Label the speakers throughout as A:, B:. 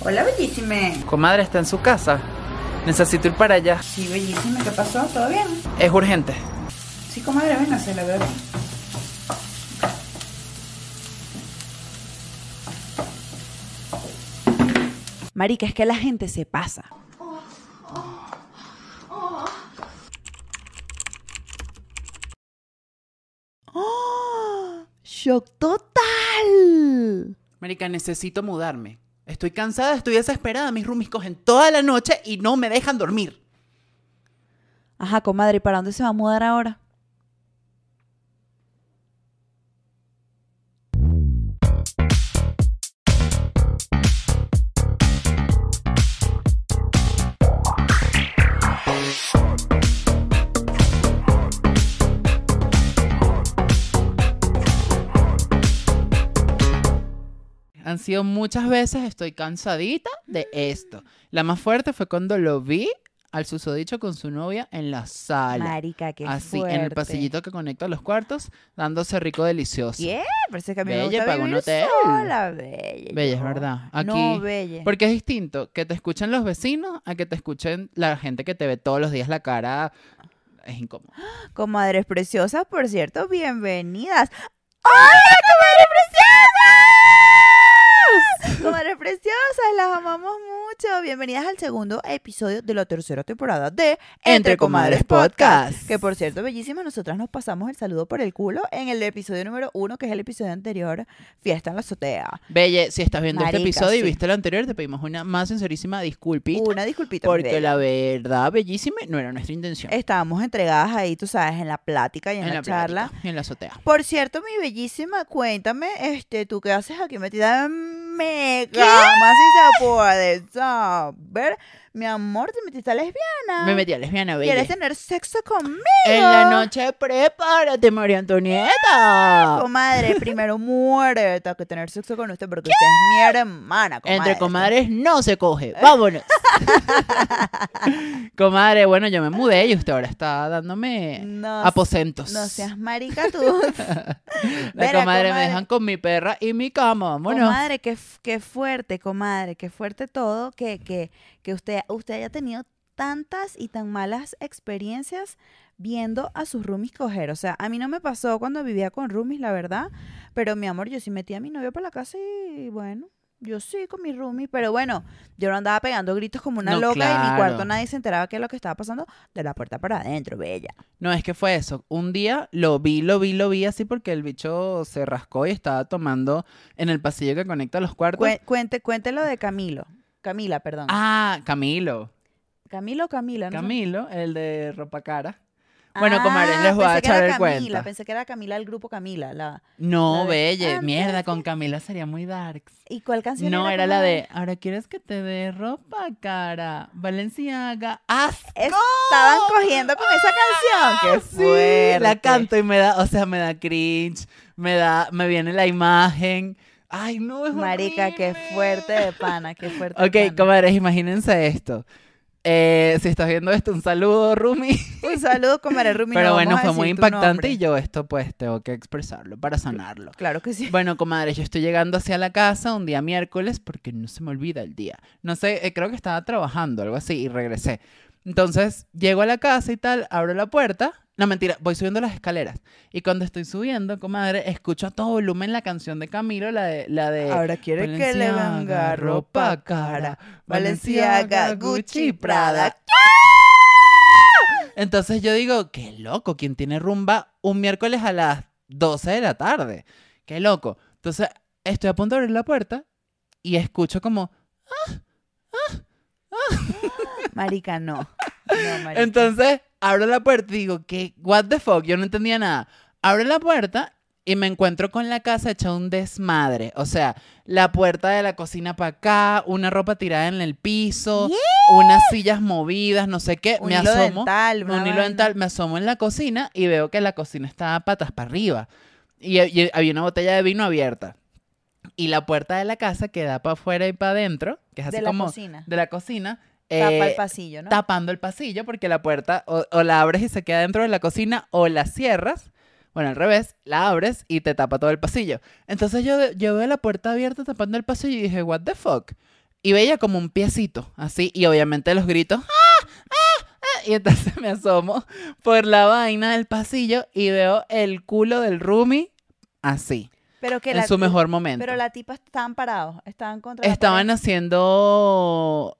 A: Hola, bellísime.
B: Comadre está en su casa. Necesito ir para allá.
A: Sí, bellísime, ¿qué pasó? ¿Todo bien?
B: Es urgente.
A: Sí, comadre, ven, se la veo.
C: Marica, es que la gente se pasa. ¡Ah! ¡Shock total!
B: Marica, necesito mudarme. Estoy cansada, estoy desesperada. Mis roomies cogen toda la noche y no me dejan dormir.
C: Ajá, comadre, ¿y para dónde se va a mudar ahora?
B: Han sido muchas veces, estoy cansadita de esto. La más fuerte fue cuando lo vi al susodicho con su novia en la sala.
C: Marica, qué
B: Así,
C: fuerte.
B: en el pasillito que conecta a los cuartos, dándose rico delicioso.
C: ¿Qué? Pero si es que a mí me
B: Bella,
C: gusta
B: pagó un
C: vivir
B: hotel.
C: sola, bella.
B: Bella, es
C: yo.
B: verdad.
C: No,
B: Aquí-
C: bella.
B: Porque es distinto que te escuchen los vecinos a que te escuchen la gente que te ve todos los días la cara. Es incómodo.
C: Comadres preciosas, por cierto, bienvenidas. ¡Hola, comadres preciosas! Comadres preciosas, las amamos mucho. Bienvenidas al segundo episodio de la tercera temporada de
B: Entre Comadres Podcast.
C: Que por cierto, bellísimas, nosotras nos pasamos el saludo por el culo en el episodio número uno, que es el episodio anterior, Fiesta en la azotea.
B: Belle, si estás viendo
C: Marica,
B: este episodio y
C: sí.
B: viste el anterior, te pedimos una más sincerísima disculpita.
C: Una disculpita. mi
B: porque
C: bella.
B: la verdad, bellísima, no era nuestra intención.
C: Estábamos entregadas ahí, tú sabes, en la plática y en, la, charla.
B: plática, En la azotea.
C: Por cierto, mi bellísima, cuéntame, este, ¿tú qué haces aquí metida en mi cama? Si se puede saber. Mi amor, ¿te metiste lesbiana?
B: Me metí a Ah. lesbiana, Belle.
C: ¿Quieres tener sexo conmigo?
B: En la noche, prepárate, María Antonieta.
C: Comadre, primero muérete que tener sexo con usted porque usted es mi hermana, comadre.
B: Entre comadres no se coge. Vámonos. comadre, bueno, yo me mudé y usted ahora está dándome
C: No,
B: aposentos.
C: no seas marica tú.
B: La
C: Vera,
B: comadre, me
C: comadre.
B: dejan con mi perra y mi cama, vámonos.
C: Comadre, qué, f- qué fuerte, comadre, qué fuerte todo, que, que, que usted, usted haya tenido tantas y tan malas experiencias viendo a sus roomies coger. O sea, a mí no me pasó cuando vivía con roomies, la verdad, pero mi amor, yo sí metí a mi novio para la casa y bueno. Yo sí con mi roomie, pero bueno, yo no andaba pegando gritos como una
B: No,
C: loca y en mi cuarto
B: claro.
C: nadie se enteraba qué es lo que estaba pasando de la puerta para adentro, bella.
B: No, es que fue eso. Un día lo vi, lo vi, lo vi así porque el bicho se rascó y estaba tomando en el pasillo que conecta los cuartos.
C: Cue- cuente, cuéntelo de Camilo. Camila, perdón.
B: pues Ah, Camilo.
C: Camilo o Camila, no sé.
B: Camilo, el de ropa cara. Bueno,
C: Ah,
B: comadres, les voy a
C: pensé que era
B: echar el
C: Camila,
B: cuento.
C: Pensé que era Camila, el grupo Camila. La... La
B: No,
C: de,
B: belle.
C: "Ah,
B: Mierda,
C: mira,
B: con Camila sería muy darks.
C: ¿Y cuál canción
B: No,
C: era?
B: era la
C: comadre?
B: de, ahora quieres que te dé ropa cara, Valenciaga, ¡asco!
C: Estaban cogiendo con esa canción. ¡Qué
B: Ah, Sí,
C: fuerte!
B: la canto y me da, o sea, me da cringe, me da, me viene la imagen. Ay, no, es
C: Marica, qué
B: horrible.
C: fuerte de pana, qué fuerte. de
B: Ok,
C: pana.
B: comadres, imagínense esto. Eh, si estás viendo esto, un saludo, Rumi.
C: Un saludo, comadre Rumi.
B: Pero
C: no
B: bueno,
C: vamos a
B: fue muy
C: decir tu
B: impactante
C: nombre.
B: y yo esto pues tengo que expresarlo para sanarlo.
C: Claro que sí.
B: Bueno, comadres, yo estoy llegando hacia la casa un día miércoles porque no se me olvida el día. No sé, eh, creo que estaba trabajando, algo así, y regresé. Entonces, llego a la casa y tal, abro la puerta. No, mentira, voy subiendo las escaleras. Y cuando estoy subiendo, comadre, escucho a todo volumen la canción de Camilo, la de... La de
C: Ahora quiere que le
B: Balenciaga,
C: venga ropa cara.
B: Balenciaga,
C: Valenciaga,
B: Gucci,
C: Gucci,
B: Prada.
C: Prada.
B: Entonces yo digo, qué loco, ¿quién tiene rumba un miércoles a las 12 de la tarde? Qué loco. Entonces estoy a punto de abrir la puerta y escucho como...
C: Marica, no. No, marica.
B: Entonces abro la puerta y digo, ¿qué? ¿What the fuck? Yo no entendía nada. Abro la puerta y me encuentro con la casa hecha un desmadre. O sea, la puerta de la cocina para acá, una ropa tirada en el piso, unas sillas movidas, no sé qué.
C: Un
B: me
C: hilo
B: asomo.
C: dental, una
B: un hilo
C: vaina.
B: dental. Me asomo en la cocina y veo que la cocina estaba patas para arriba. Y, y había una botella de vino abierta. Y la puerta de la casa que da para afuera y para adentro, que es así
C: De la
B: como
C: cocina.
B: de la cocina.
C: Tapa
B: eh,
C: el pasillo, ¿no?
B: tapando el pasillo porque la puerta o, o la abres y se queda dentro de la cocina o la cierras. Bueno, al revés, la abres y te tapa todo el pasillo. Entonces yo, yo veo la puerta abierta tapando el pasillo y dije, what the fuck? y veía como un piecito, así, y obviamente los gritos, ¡ah! ¡ah! ¡ah! y entonces me asomo por la vaina del pasillo y veo el culo del roomie así,
C: Pero que
B: en
C: la,
B: su mejor momento.
C: Pero la tipa estaban parados, estaban contra la
B: Estaban
C: pared.
B: haciendo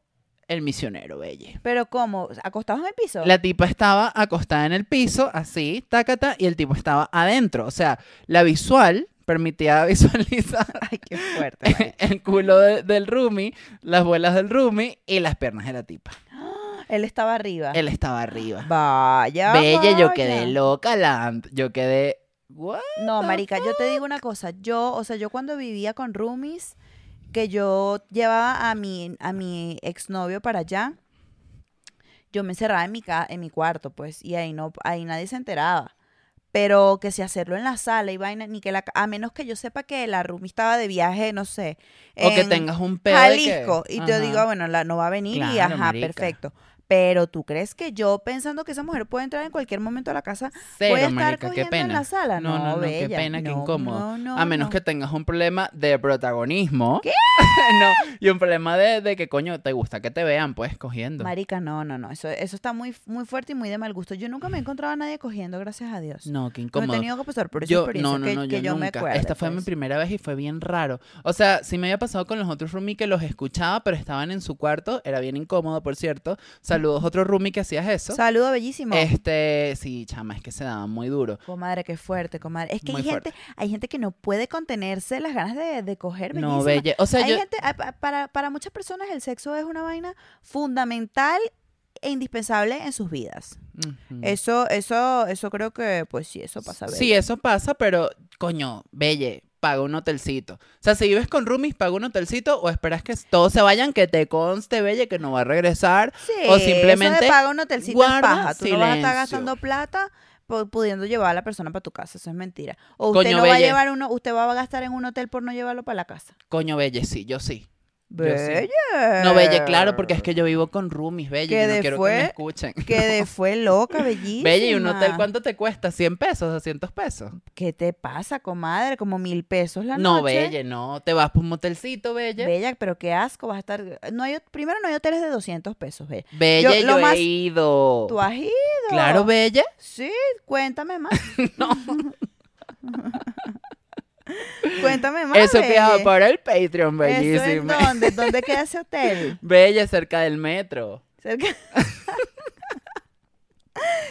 B: el misionero, belle.
C: Pero ¿cómo? ¿Acostados en el piso?
B: La tipa estaba acostada en el piso, así, tácata, y el tipo estaba adentro. O sea, la visual permitía visualizar
C: Ay, qué fuerte. marico.
B: el culo de- del roomie, las bolas del roomie y las piernas de la tipa.
C: Él estaba arriba.
B: Él estaba arriba.
C: Vaya.
B: Bella, yo
C: vaya.
B: quedé loca, land. Yo quedé. "What?".
C: No, marica, yo te digo una cosa. Yo, o sea, yo cuando vivía con roomies, que yo llevaba a mi, a mi exnovio para allá, yo me encerraba en mi, ca- en mi cuarto, pues, y ahí, no, ahí nadie se enteraba. Pero que si hacerlo en la sala y vaina, ni que la, a menos que yo sepa que la roomie estaba de viaje, no sé.
B: O que
C: en
B: tengas un pedo. de que-
C: Jalisco. Y yo
B: Ajá.
C: digo, ah, bueno, la, no va a venir y
B: Claro,
C: ajá,
B: marica.
C: perfecto. Pero tú crees que yo, pensando que esa mujer puede entrar en cualquier momento a la casa,
B: Cero,
C: voy a estar
B: marica, qué
C: cogiendo
B: pena.
C: en la sala.
B: No, no, no, qué
C: bella,
B: pena, qué
C: no,
B: incómodo.
C: no, no,
B: a menos
C: no.
B: que tengas un problema de protagonismo. ¿Qué? no, y un problema de, de que coño te gusta que te vean, pues, cogiendo.
C: Marica, no, no, no. Eso, eso está muy, muy fuerte y muy de mal gusto. Yo nunca me he encontrado a nadie cogiendo, gracias a Dios. No,
B: no, qué
C: he
B: incómodo.
C: tenido que pasar por esa
B: yo,
C: experiencia
B: no, no,
C: que,
B: no,
C: que
B: yo,
C: yo me
B: nunca.
C: acuerdo.
B: Esta fue mi
C: pues.
B: primera vez y fue bien raro. O sea, sí me había pasado con los otros roomies que los escuchaba, pero estaban en su cuarto. Era bien incómodo, por cierto. Saludos otro roomie que hacías eso.
C: Saludo bellísimo.
B: Este, sí, chama, es que se daban muy duro.
C: Comadre, qué fuerte, comadre. Es que
B: Muy
C: hay gente, hay gente que no puede contenerse las ganas de, de coger
B: No,
C: bellísima.
B: bella. O sea,
C: Hay
B: yo,
C: gente- a- pa- para, para muchas personas el sexo es una vaina fundamental e indispensable en sus vidas.
B: Ujú.
C: Eso, eso, eso creo que, pues sí, eso pasa.
B: Mm. Sí,
C: bella.
B: eso pasa, pero coño, belle, paga un hotelcito. O sea, si vives con roomies, paga un hotelcito o esperas que todos se vayan, que te conste, belle, que no va a regresar.
C: Sí,
B: o simplemente
C: eso de paga un hotelcito es
B: guarda
C: paja. Tú no vas a
B: silencio.
C: estar gastando plata pu- pudiendo llevar a la persona para tu casa. Eso es mentira. O usted
B: Coño,
C: no va a
B: belle.
C: llevar uno, usted va a gastar en un hotel por no llevarlo para la casa.
B: Coño, belle, sí, yo sí. Yo sí.
C: Belle.
B: No, belle, claro, porque es que yo vivo con roomies, belle,
C: Que
B: yo no
C: de
B: quiero que
C: fue-
B: me escuchen.
C: Que de fue loca, bellísima.
B: Belle, ¿y un hotel cuánto te cuesta? ¿100 pesos? ¿200 pesos?
C: ¿Qué te pasa, comadre? Como mil pesos la
B: No,
C: noche.
B: belle, no. Te vas por un motelcito, belle.
C: Bella, pero qué asco, vas a estar... eh, No hay, primero no hay hoteles de 200 pesos, Bella.
B: Belle,
C: Yo-
B: yo,
C: lo más-
B: he ido.
C: ¿Tú has ido?
B: Claro, belle.
C: Sí, cuéntame más. cuéntame más,
B: Eso queda
C: Bella.
B: para el Patreon,
C: ¿Eso en
B: bellísima.
C: dónde? ¿Dónde queda ese hotel?
B: Belle, cerca del metro.
C: Cerca-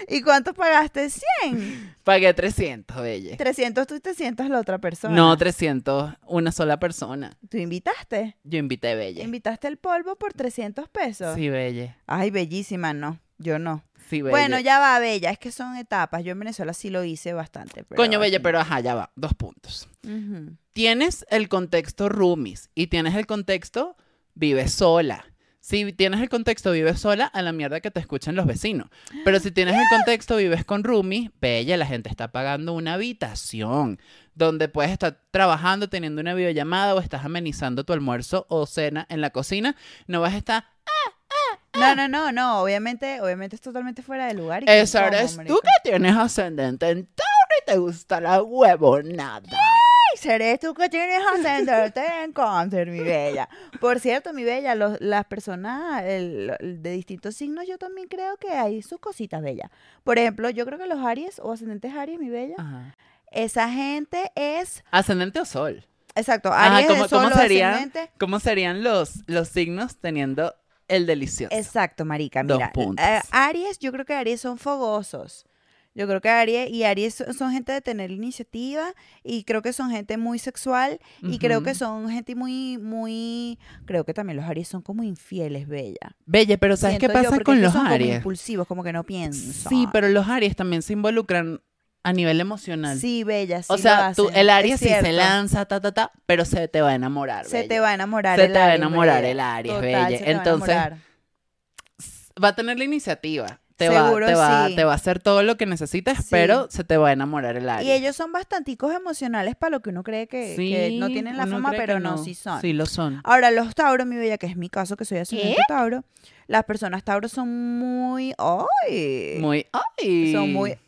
C: ¿Y cuánto pagaste? 100.
B: Pagué 300, belle.
C: 300 tú y 300 la otra persona.
B: No, 300, una sola persona.
C: ¿Tú invitaste?
B: Yo invité a Belle.
C: ¿Invitaste el polvo por 300 pesos?
B: Sí, Belle.
C: Ay, bellísima, no. Yo no.
B: Sí, Belle.
C: Bueno, ya va, Bella. Es que son etapas. Yo en Venezuela sí lo hice bastante. pero
B: Coño,
C: aquí
B: Belle,
C: no.
B: pero ajá, ya va. Dos puntos.
C: Ujú.
B: Tienes el contexto roomies y tienes el contexto vive sola. Si tienes el contexto vive sola, a la mierda que te escuchen los vecinos. Pero si tienes el contexto vives con roomies, Belle, la gente está pagando una habitación donde puedes estar trabajando, teniendo una videollamada o estás amenizando tu almuerzo o cena en la cocina. No vas a estar...
C: No, no, no, no. Obviamente, obviamente es totalmente fuera de lugar. y qué
B: Esa
C: incómodo,
B: eres tú
C: marica.
B: que tienes ascendente en Tauro y te gusta la huevonada.
C: Ay, seré tú que tienes ascenderte en cáncer, mi bella. Por cierto, mi bella, los- las personas el- el de distintos signos, yo también creo que hay sus cositas bellas. Por ejemplo, yo creo que los Aries o ascendentes Aries, mi bella,
B: Ajá.
C: esa gente es.
B: Ascendente o sol.
C: Exacto,
B: Ajá,
C: Aries de
B: Ah, ¿cómo- cómo
C: sol, los
B: sería?
C: ascendentes-
B: ¿Cómo serían los, los signos teniendo el delicioso?
C: Exacto, marica.
B: Dos
C: Mira,
B: puntos.
C: eh, Aries, yo creo que Aries son fogosos. Yo creo que Aries y Aries son, son gente de tener iniciativa y creo que son gente muy sexual y creo que
B: Ujú.
C: son gente muy, muy, creo que también los Aries son como infieles, bella.
B: Belle, pero ¿sabes qué
C: Siento yo,
B: pasa
C: porque es
B: con
C: que
B: los
C: son como
B: Aries?
C: impulsivos, como que no piensan.
B: Sí, pero los Aries también se involucran a nivel emocional.
C: Sí, bella, sí
B: o
C: lo
B: sea, tú-
C: hacen,
B: el
C: es
B: Aries sí se
C: cierto.
B: lanza, ta, ta, ta, pero se te va a enamorar.
C: Se
B: Belle.
C: te va a enamorar
B: Se
C: el
B: te va a
C: Aries,
B: enamorar
C: bella.
B: el Aries,
C: Total,
B: bella.
C: se te va a
B: Entonces,
C: enamorar.
B: va a tener la iniciativa. Te va,
C: Seguro
B: te va,
C: sí.
B: te va a hacer todo lo que necesitas,
C: Sí.
B: pero se te va a enamorar el Aries.
C: Y ellos son bastanticos emocionales para lo que uno cree que, que no
B: Sí,
C: tienen la
B: uno
C: fama,
B: cree que
C: pero no. sí son. Ah,
B: Sí, lo son.
C: Ahora, los Tauro, mi bella, que es mi caso, que soy ascendente Tauro, las personas Tauro son muy... ¡Ay!
B: Muy, ay.
C: eh, Son muy... ¡Ay!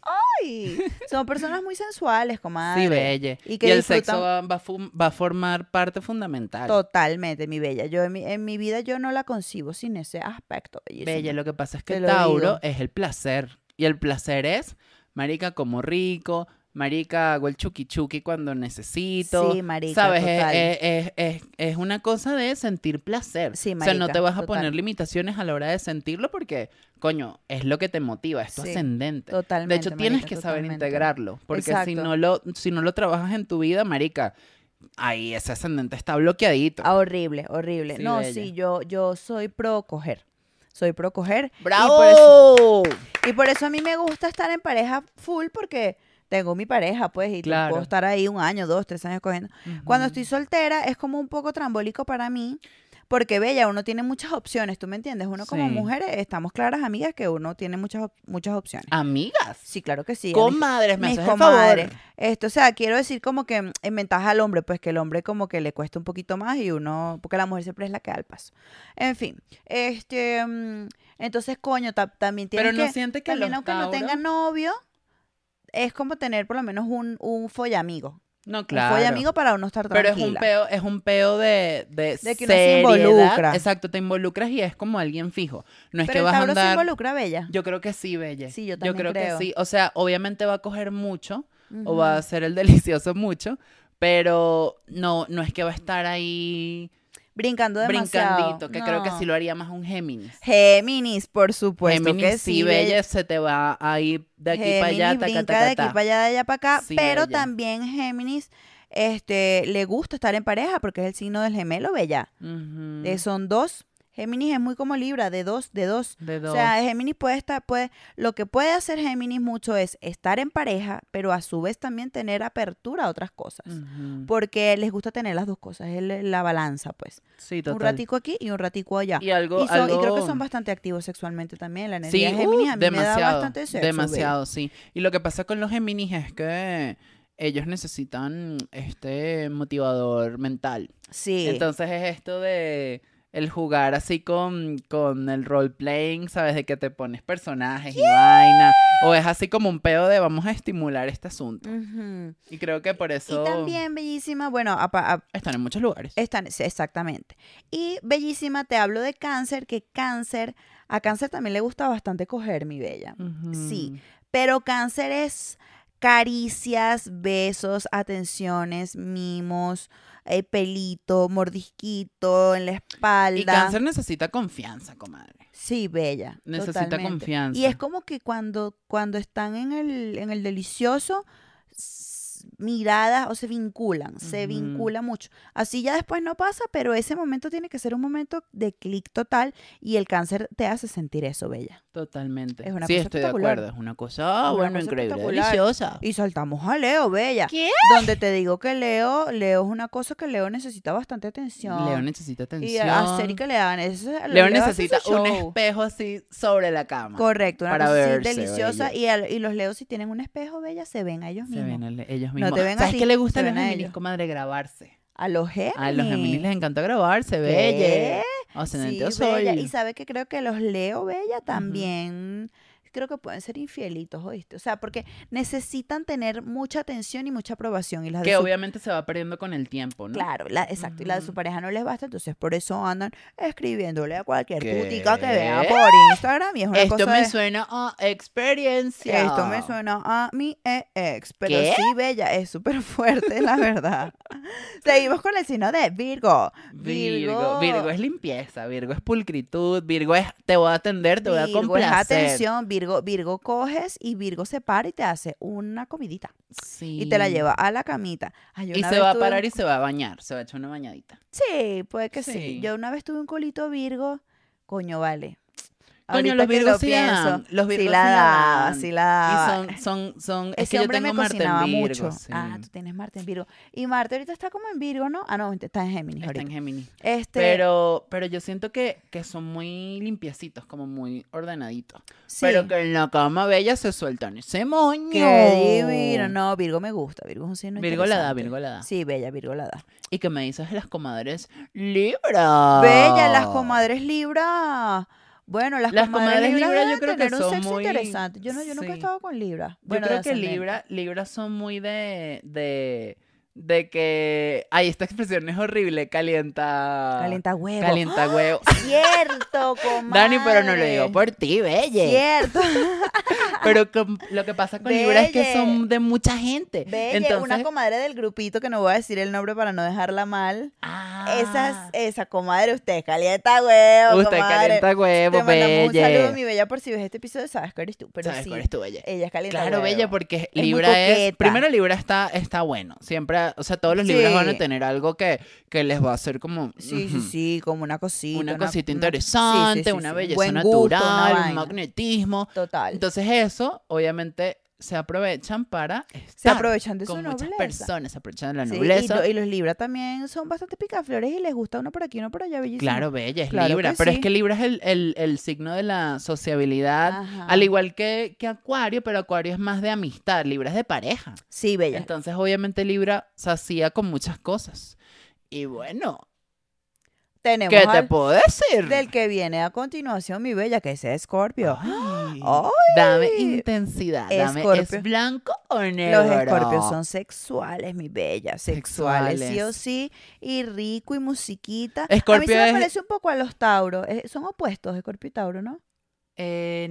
C: y son personas muy sensuales, comadre.
B: Sí, belle.
C: Y
B: Y,
C: que
B: el
C: disfrutan-
B: sexo va, va a fum- va a formar parte fundamental.
C: Totalmente, mi bella. Yo en mi, en mi vida yo no la concibo sin ese aspecto bellísimo.
B: Bella, lo que pasa es
C: Te
B: que
C: lo digo.
B: Tauro es el placer. Y el placer es, marica, como rico, marica, hago el chuki chuki cuando necesito.
C: Sí, marica,
B: ¿Sabes? Eh, Es-
C: total.
B: Es, es- es- es una cosa de sentir placer.
C: Sí,
B: o sea, no
C: marica,
B: te vas a
C: total.
B: poner limitaciones a la hora de sentirlo porque, coño, es lo que te motiva, es tu
C: Sí,
B: ascendente.
C: Totalmente.
B: eh, De hecho, tienes
C: marica,
B: que saber
C: totalmente.
B: integrarlo, porque si
C: Exacto.
B: no, lo, si no lo trabajas en tu vida, marica, ahí ese ascendente está bloqueadito.
C: Ah, horrible, horrible.
B: Sí,
C: no,
B: bella.
C: sí, yo, yo soy pro coger. Soy pro coger. y por eso-
B: ¡Bravo!
C: Y por eso a mí me gusta estar en pareja full porque tengo mi pareja, pues, y
B: Claro. Mm.
C: puedo estar ahí un año, dos, tres años cogiendo. Cuando estoy soltera es como un poco trambólico para mí, porque bella, uno tiene muchas opciones, ¿tú me entiendes? Uno como
B: Sí.
C: mujeres estamos claras, amigas, que uno tiene muchas, op- muchas opciones.
B: Amigas.
C: Sí, claro que sí. a mí-
B: Comadres, me
C: mis
B: haces el
C: comadres.
B: favor.
C: Esto, o sea, quiero decir como que mm, en ventaja al hombre, pues que el hombre como que le cuesta un poquito más y uno, porque la mujer siempre es la que da el paso. En fin, este, mm, entonces, coño, ta- también tiene
B: Pero no
C: que,
B: siente que
C: también
B: los
C: aunque no
B: Tauro-
C: tenga novio, es como tener por lo menos un, un follamigo.
B: No,
C: Claro.
B: claro.
C: Un follamigo para uno estar
B: pero
C: tranquila.
B: es un peo, es un peo de, de,
C: De que uno se
B: seriedad.
C: involucra.
B: Exacto, te involucras y es como alguien fijo. No es
C: Pero
B: que
C: el
B: vas a
C: Tauro se
B: andar.
C: involucra, Bella.
B: Yo creo que sí, Belle.
C: Sí, yo también
B: creo,
C: creo.
B: que sí. O sea, obviamente va a coger mucho o
C: Ujú.
B: va a ser el delicioso mucho, pero no, no es que va a estar ahí
C: Brincando demasiado.
B: brincandito, que creo que
C: No.
B: sí lo haría más un Géminis.
C: Géminis, por supuesto
B: Géminis
C: que
B: sí,
C: sí,
B: Belle, se te va a ir de aquí para allá,
C: Géminis
B: taca,
C: brinca
B: taca,
C: de aquí
B: ta.
C: para allá, de allá para acá,
B: Sí,
C: pero
B: bella.
C: también Géminis este, le gusta estar en pareja porque es el signo del gemelo, bella.
B: Ujú.
C: Eh, son dos. Géminis es muy como Libra, de dos, de dos.
B: De
C: O
B: dos.
C: sea, Géminis puede estar, puede, lo que puede hacer Géminis mucho es estar en pareja, pero a su vez también tener apertura a otras cosas.
B: Ujú.
C: Porque les gusta tener las dos cosas, es la- la balanza, pues.
B: Sí, total.
C: Un ratico aquí y un ratico allá.
B: Y algo,
C: Y, son- y creo que
B: algo-
C: son bastante activos sexualmente también. La
B: Sí,
C: energía de
B: uh,
C: Géminis a mí me da
B: demasiado,
C: bastante sexo. bella.
B: demasiado, sí. Y lo que pasa con los Géminis es que ellos necesitan este motivador mental.
C: Sí.
B: Entonces es esto de el jugar así con, con el role playing, ¿sabes? De que te pones personajes y vaina. O es así como un pedo de vamos a estimular este asunto.
C: Ujú.
B: Y creo que por eso
C: Mm. Y también bellísima, bueno, apa- a-
B: están en muchos lugares.
C: están, sí, exactamente. Y bellísima, te hablo de cáncer, que cáncer, a cáncer también le gusta bastante coger, mi bella. sí.
B: Ujú.
C: Pero cáncer es caricias, besos, atenciones, mimos, eh, pelito, mordisquito en la espalda.
B: Y cáncer necesita confianza, comadre.
C: Sí, bella.
B: Necesita
C: totalmente.
B: confianza.
C: Y es como que cuando, cuando están en el, en el delicioso, s- miradas o se vinculan, se
B: Ujú.
C: vincula mucho. Así ya después no pasa, pero ese momento tiene que ser un momento de clic total y el cáncer te hace sentir eso, bella.
B: Totalmente.
C: Es una
B: sí,
C: cosa
B: estoy de
C: espectacular.
B: acuerdo. Es una cosa,
C: Una
B: bueno,
C: cosa
B: increíble,
C: espectacular.
B: deliciosa.
C: Y saltamos a Leo, bella.
B: ¿Qué?
C: Donde te digo que Leo, Leo es una cosa que Leo necesita bastante atención.
B: Leo necesita atención.
C: Y hacer y que le hagan. Ese-
B: Leo
C: hace
B: necesita
C: su
B: un
C: show.
B: espejo así sobre la cama.
C: Correcto, una
B: para
C: cosa así
B: verse,
C: deliciosa.
B: bella.
C: Y, al- y los leos, si tienen un espejo, bella, se ven a ellos
B: Se
C: mismos.
B: ven a le- ellos
C: No te
B: mismos.
C: ven a
B: ¿Sabes
C: ti,
B: qué le
C: se
B: gusta a los
C: ven a
B: Géminis,
C: ellos.
B: comadre? Grabarse.
C: A los Géminis.
B: A los Géminis les encanta grabarse,
C: ¿Qué?
B: belle. Ascendente o
C: Sí, bella.
B: sol.
C: Y sabe que creo que los Leo, bella, también. Creo que pueden ser infielitos, ¿oíste? O sea, porque necesitan tener mucha atención y mucha aprobación. Y las de
B: Que
C: su-
B: obviamente se va perdiendo con el tiempo, ¿no?
C: Claro, la- exacto. Y la de su
B: Ujú.
C: pareja no les basta, entonces por eso andan escribiéndole a cualquier
B: ¿Qué?
C: putica que vea por Instagram. Y es una
B: Esto
C: cosa
B: me
C: de-
B: suena a experiencia.
C: Esto me suena a mi ex, pero
B: ¿Qué?
C: sí, Bella, es súper fuerte, la verdad. Seguimos con el signo de Virgo.
B: Virgo. Virgo es limpieza, Virgo es pulcritud, Virgo es te voy a atender, te voy a
C: Virgo es
B: complacer.
C: atención, Virgo, Virgo coges y Virgo se para y te hace una comidita
B: Sí.
C: y te la lleva a la camita. Ay, yo
B: Y
C: una
B: se
C: vez
B: va a
C: tuve
B: parar
C: un-
B: y se va a bañar, se va a echar una bañadita.
C: Sí, puede que sí.
B: Sí.
C: Yo una vez tuve un colito Virgo, coño, vale.
B: Coño,
C: Ahorita
B: los
C: que lo
B: Virgos sí
C: pienso,
B: dan, los
C: sí
B: Virgos
C: la
B: sí
C: daba,
B: dan.
C: sí la daba.
B: Y son, son, son, es
C: Ese
B: que yo
C: hombre
B: tengo
C: me
B: Marte en
C: cocinaba
B: Virgo,
C: mucho.
B: sí.
C: Ah, tú tienes Marte en Virgo. Y Marte ahorita está como en Virgo, ¿no? Ah, no, está en Géminis
B: Está en
C: ahorita.
B: Géminis.
C: Este,
B: Pero, pero yo siento que, que son muy limpiecitos, como muy ordenaditos.
C: sí.
B: Pero que en la cama bella se sueltan ese moño.
C: Qué divino. No, Virgo me gusta. Virgo es un signo
B: Virgo la da,
C: interesante.
B: Virgo la da.
C: Sí, bella, Virgo la da.
B: Y que me dices las comadres Libra.
C: Bella, las comadres Libra. Bueno, las,
B: Las
C: comadres,
B: comadres
C: Libra
B: Libra
C: deben
B: yo creo que
C: tener un
B: son
C: sexo
B: muy-
C: interesante. Yo, no, yo nunca he
B: sí.
C: estado con Libra.
B: Yo
C: Bueno, de
B: creo que
C: ascendente.
B: Libra, Libra son muy de, de, de que, ay, esta expresión es horrible, calienta,
C: Calienta huevo.
B: ah, calienta huevo.
C: Cierto, comadre.
B: Dani, pero no lo digo por ti, belle.
C: Cierto.
B: Pero com- lo que pasa con Libra es que
C: Belle.
B: son de mucha gente.
C: Belle,
B: Entonces,
C: una comadre del grupito que no voy a decir el nombre para no dejarla mal.
B: ah,
C: Esas, esa comadre, usted calienta huevo,
B: Usted
C: comadre.
B: calienta huevo,
C: Te mandamos un
B: belle.
C: saludo, mi bella, por si ves este episodio, sabes que eres tú, pero
B: ¿Sabes
C: sí,
B: cuál es tu belle?
C: ella es calienta
B: Claro,
C: huevo.
B: bella, porque
C: muy
B: Libra es.
C: coqueta.
B: Primero, Libra está, está bueno. Siempre, o sea, todos los Libras van
C: Sí.
B: a tener algo que, que les va a hacer como.
C: Sí,
B: ujú,
C: sí, sí, como una cosita.
B: Una cosita
C: una-
B: interesante,
C: sí, sí, sí,
B: una
C: sí, un
B: belleza
C: buen gusto, una
B: natural, un
C: vaina.
B: magnetismo.
C: Total.
B: Entonces, eso, obviamente, se aprovechan para.
C: se
B: estar
C: aprovechan de su
B: ah, con muchas
C: nobleza.
B: personas, se aprovechan de la
C: Sí, y
B: nobleza.
C: lo- y, los Libra también son bastante picaflores y les gusta uno por aquí, uno por allá, bellísimo.
B: Claro, Bella, es
C: Claro
B: Libra.
C: que
B: Pero
C: sí.
B: es que Libra es el, el- el signo de la sociabilidad.
C: Ajá.
B: Al igual que, que Acuario, pero Acuario es más de amistad, Libra es de pareja.
C: Sí, bella.
B: Entonces, obviamente, Libra se hacía con muchas cosas. Y bueno,
C: Tenemos
B: ¿qué te
C: al-
B: puedo decir?
C: del que viene a continuación, mi bella, que es Escorpio.
B: Ay,
C: ¡Ay!
B: Dame intensidad. Dame,
C: Escorpio.
B: ¿Es blanco o negro?
C: Los escorpios son sexuales, mi bella, sexuales, sí o
B: Sexuales.
C: sí, y rico y musiquita. a mí
B: Escorpio
C: se me
B: es-
C: parece un poco a los Tauros, son opuestos, Escorpio y Tauro, ¿no?
B: Eh,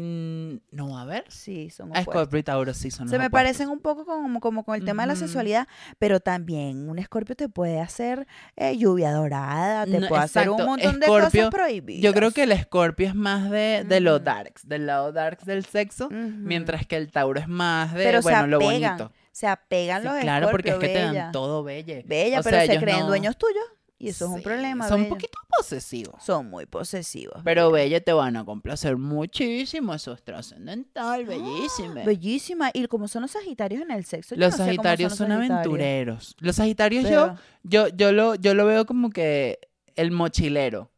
B: no, a ver.
C: Sí, son
B: A
C: opuestos.
B: Escorpio y Tauro sí son los
C: Se me
B: opuestos.
C: parecen un poco como, como con el tema de la
B: Ujú.
C: sexualidad, pero también un escorpio te puede hacer eh, lluvia dorada, te
B: No,
C: puede hacer un
B: exacto,
C: montón de cosas
B: Escorpio,
C: prohibidas.
B: Yo creo que el Escorpio es más de, de lo
C: Ujú.
B: darks, del lado darks del sexo,
C: Ujú.
B: mientras que el Tauro es más de,
C: Pero
B: bueno,
C: se
B: lo
C: apegan,
B: bonito.
C: se apegan
B: Sí,
C: los
B: claro, porque es
C: escorpios,
B: que te
C: bella.
B: dan todo belle.
C: Bella,
B: O
C: pero
B: sea,
C: se
B: ellos
C: creen
B: no-
C: dueños tuyos y eso es un
B: Sí,
C: problema,
B: Son un
C: bella.
B: poquito posesivos.
C: Son muy posesivos.
B: Pero Bella te van a complacer muchísimo, eso es trascendental,
C: Ah,
B: bellísima.
C: Bellísima. Y como son los sagitarios en el sexo, yo
B: eh. los
C: no sé cómo
B: Sagitarios son,
C: son, los sagitarios.
B: aventureros. Los Sagitarios yo
C: Pero-
B: Yo, yo, lo, yo lo veo como que el mochilero.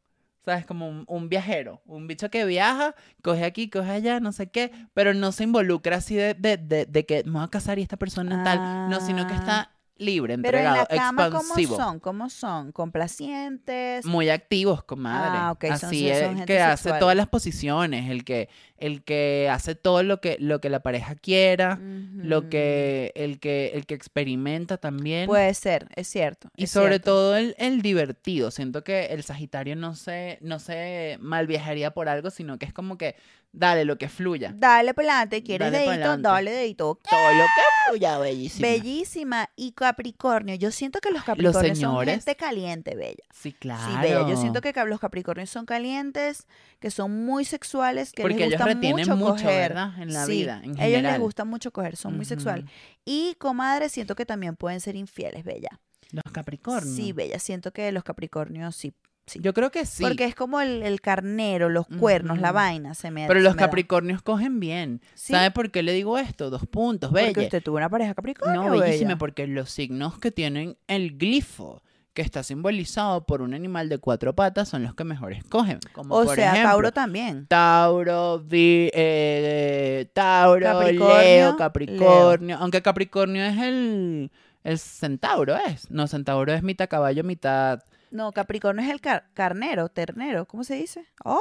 B: ¿Sabes? Como un, un viajero. Un bicho que viaja, coge aquí, coge allá, no sé qué. Pero no se involucra así de, de, de, de que me voy a casar y esta persona tal. No, sino que
C: Ah.
B: está libre,
C: Pero en
B: entregado,
C: la cama, ¿cómo
B: expansivo.
C: son? ¿Cómo son? ¿Complacientes?
B: Muy activos, comadre.
C: Ah, ok, son-
B: Así
C: sí,
B: es,
C: son
B: el
C: gente
B: que hace
C: sexual.
B: todas las posiciones, el que, el que hace todo lo que, lo que la pareja quiera, lo
C: Ujú.
B: que, el que, el que experimenta también.
C: Puede ser, es cierto.
B: Y
C: es
B: sobre
C: cierto.
B: todo el, el divertido. Siento que el Sagitario no se, no se mal viajaría por algo, sino que es como que dale lo que fluya.
C: Dale pelante, quieres
B: Dale
C: dedito,
B: pa'lante.
C: dale dedito.
B: Todo lo que fluya, bellísimo.
C: Bellísima y Capricornio. Yo siento que los Capricornios
B: señores.
C: son gente caliente, bella.
B: Sí, claro.
C: Sí, bella. Yo siento que ca- los Capricornios son calientes, que son muy sexuales, que
B: Porque
C: les
B: ellos
C: gusta
B: retienen
C: mucho,
B: mucho,
C: coger.
B: ¿verdad? En la
C: Sí,
B: vida, en
C: a
B: general.
C: ellos les gusta mucho coger, son muy sexuales.
B: Ujú.
C: Y comadre, siento que también pueden ser infieles, bella.
B: Los Capricornios.
C: Sí, bella. Siento que los Capricornios sí. sí.
B: Yo creo que sí.
C: Porque es como el, el carnero, los cuernos, la
B: Ujú.
C: vaina, se me
B: Pero
C: se
B: los
C: me da.
B: Capricornios cogen bien.
C: Sí,
B: ¿Sabe por qué le digo esto? Dos puntos,
C: Porque
B: bella.
C: usted tuvo una pareja Capricornio.
B: No,
C: bella.
B: bellísima, porque los signos que tienen el glifo, que está simbolizado por un animal de cuatro patas, son los que mejor escogen. Como
C: O
B: por
C: sea,
B: ejemplo,
C: Tauro también.
B: Tauro, Vi- eh, Tauro,
C: Capricornio,
B: Leo, Capricornio. Aunque Capricornio es el, el centauro, ¿es? No, centauro es mitad caballo, mitad...
C: No, Capricornio es el car- carnero, ternero, ¿cómo se dice? ¡Oh!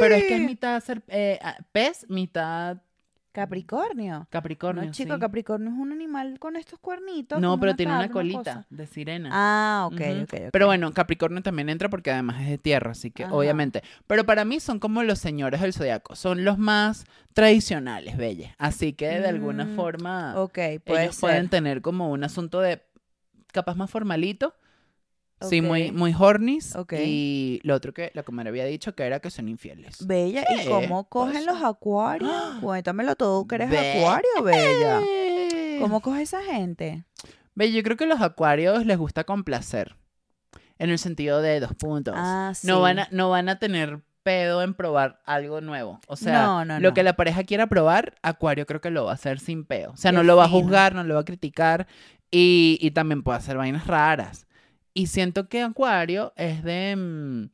B: Pero es que es mitad ser- eh, ah, pez, mitad
C: Capricornio.
B: Capricornio,
C: no, chico,
B: sí.
C: Capricornio es un animal con estos cuernitos.
B: No,
C: como
B: pero tiene una
C: cabra,
B: colita
C: cosa.
B: de sirena.
C: Ah, ok,
B: Ujú.
C: ok, ok.
B: Pero bueno, Capricornio también entra porque además es de tierra, así que
C: Ajá.
B: obviamente. Pero para mí son como los señores del zodiaco, son los más tradicionales, belles. Así que de alguna
C: Mm,
B: forma
C: ok, puede
B: ellos
C: ser.
B: pueden tener como un asunto de capaz más formalito. Sí, muy,
C: Ok.
B: muy hornies.
C: Ok.
B: Y lo otro que la comadre había dicho que era que son infieles.
C: Bella, ¿y
B: Sí,
C: cómo
B: puede
C: cogen
B: ser. Ah.
C: los acuarios? Cuéntamelo todo, que eres
B: Ve-
C: acuario, bella.
B: Eh.
C: ¿Cómo coge esa gente?
B: Ve, yo creo que a los acuarios les gusta complacer. En el sentido de dos puntos.
C: Ah, sí.
B: no, van a, no van a tener pedo en probar algo nuevo. O sea,
C: No, no,
B: lo
C: no.
B: que la pareja quiera probar, Acuario creo que lo va a hacer sin peo. O sea,
C: Qué
B: no lo va a
C: fino.
B: juzgar, no lo va a criticar y, y también puede hacer vainas raras. Y siento que Acuario es de mm,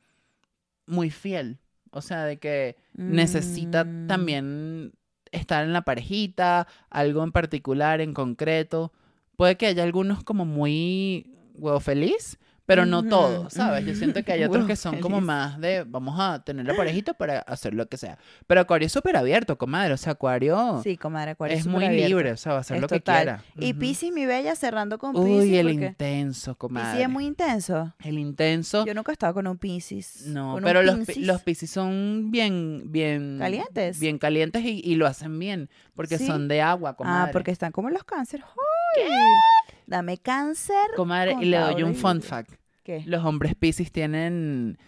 B: muy fiel. O sea, de que necesita
C: Mm.
B: también estar en la parejita, algo en particular, en concreto. Puede que haya algunos como muy huevo feliz, Pero no
C: Ujú,
B: todos, ¿sabes? Yo siento que hay otros que son como
C: Brujelis.
B: más de vamos a tener la parejita para hacer lo que sea. Pero Acuario es súper abierto, comadre. O sea, Acuario
C: Sí, comadre, Acuario
B: es muy
C: superabierto.
B: libre, o sea, va a hacer
C: Es
B: lo que
C: total.
B: quiera.
C: Y
B: Ujú.
C: Piscis, mi bella, cerrando con Piscis.
B: Uy, el
C: porque
B: intenso, comadre.
C: Piscis es muy intenso.
B: El intenso.
C: Yo nunca he estado con un Piscis.
B: No,
C: con un
B: pero los, pi-
C: Piscis.
B: los piscis son bien, bien...
C: ¿Calientes?
B: Bien calientes y, y lo hacen bien, porque
C: Sí.
B: son de agua, comadre.
C: Ah, porque están como los cánceres. Dame cáncer.
B: Comadre, y le doy un fun
C: contable.
B: fact.
C: ¿Qué?
B: Los hombres piscis tienen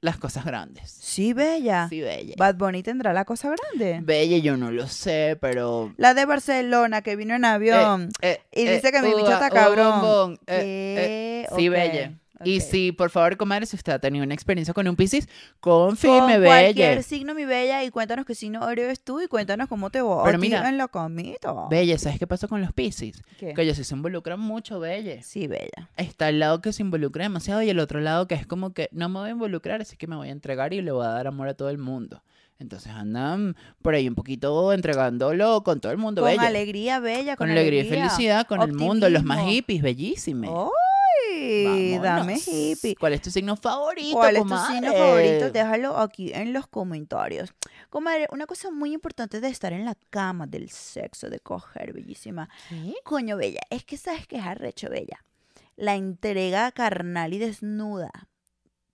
B: las cosas grandes.
C: Sí, bella.
B: Sí, bella.
C: Bad Bunny tendrá la cosa grande.
B: Bella yo no lo sé, pero...
C: La de Barcelona que vino en avión.
B: eh,
C: Y
B: eh,
C: dice que mi bicho
B: ua,
C: está
B: ua,
C: cabrón.
B: bombón,
C: Eh,
B: eh, sí,
C: ok,
B: bella. Y
C: ok.
B: si, por favor, comadre, si usted ha tenido una experiencia con un piscis,
C: Con
B: confirme,
C: cualquier
B: bella.
C: signo, mi bella, y cuéntanos qué signo eres tú y cuéntanos cómo te va a
B: Pero
C: ti
B: mira,
C: en la comida.
B: Bella, ¿sabes qué pasó con los piscis?
C: ¿Qué?
B: Que ellos sí se involucran mucho, bella.
C: Sí, bella.
B: está el lado que se involucra demasiado y el otro lado que es como que no me voy a involucrar, así que me voy a entregar y le voy a dar amor a todo el mundo. Entonces andan por ahí un poquito entregándolo con todo el mundo,
C: Con
B: bella.
C: alegría, bella, con,
B: con alegría y felicidad, con el mundo, los más
C: optimismo.
B: hippies, bellísimos.
C: ¡Uy! Dame hippie.
B: ¿Cuál es tu signo favorito?
C: ¿Cuál es tu
B: comadre?
C: signo favorito? Déjalo aquí en los comentarios. Comadre, una cosa muy importante de estar en la cama, del sexo, de coger, bellísima.
B: ¿Qué?
C: Coño, bella, es que sabes que es arrecho, bella. La entrega carnal y desnuda.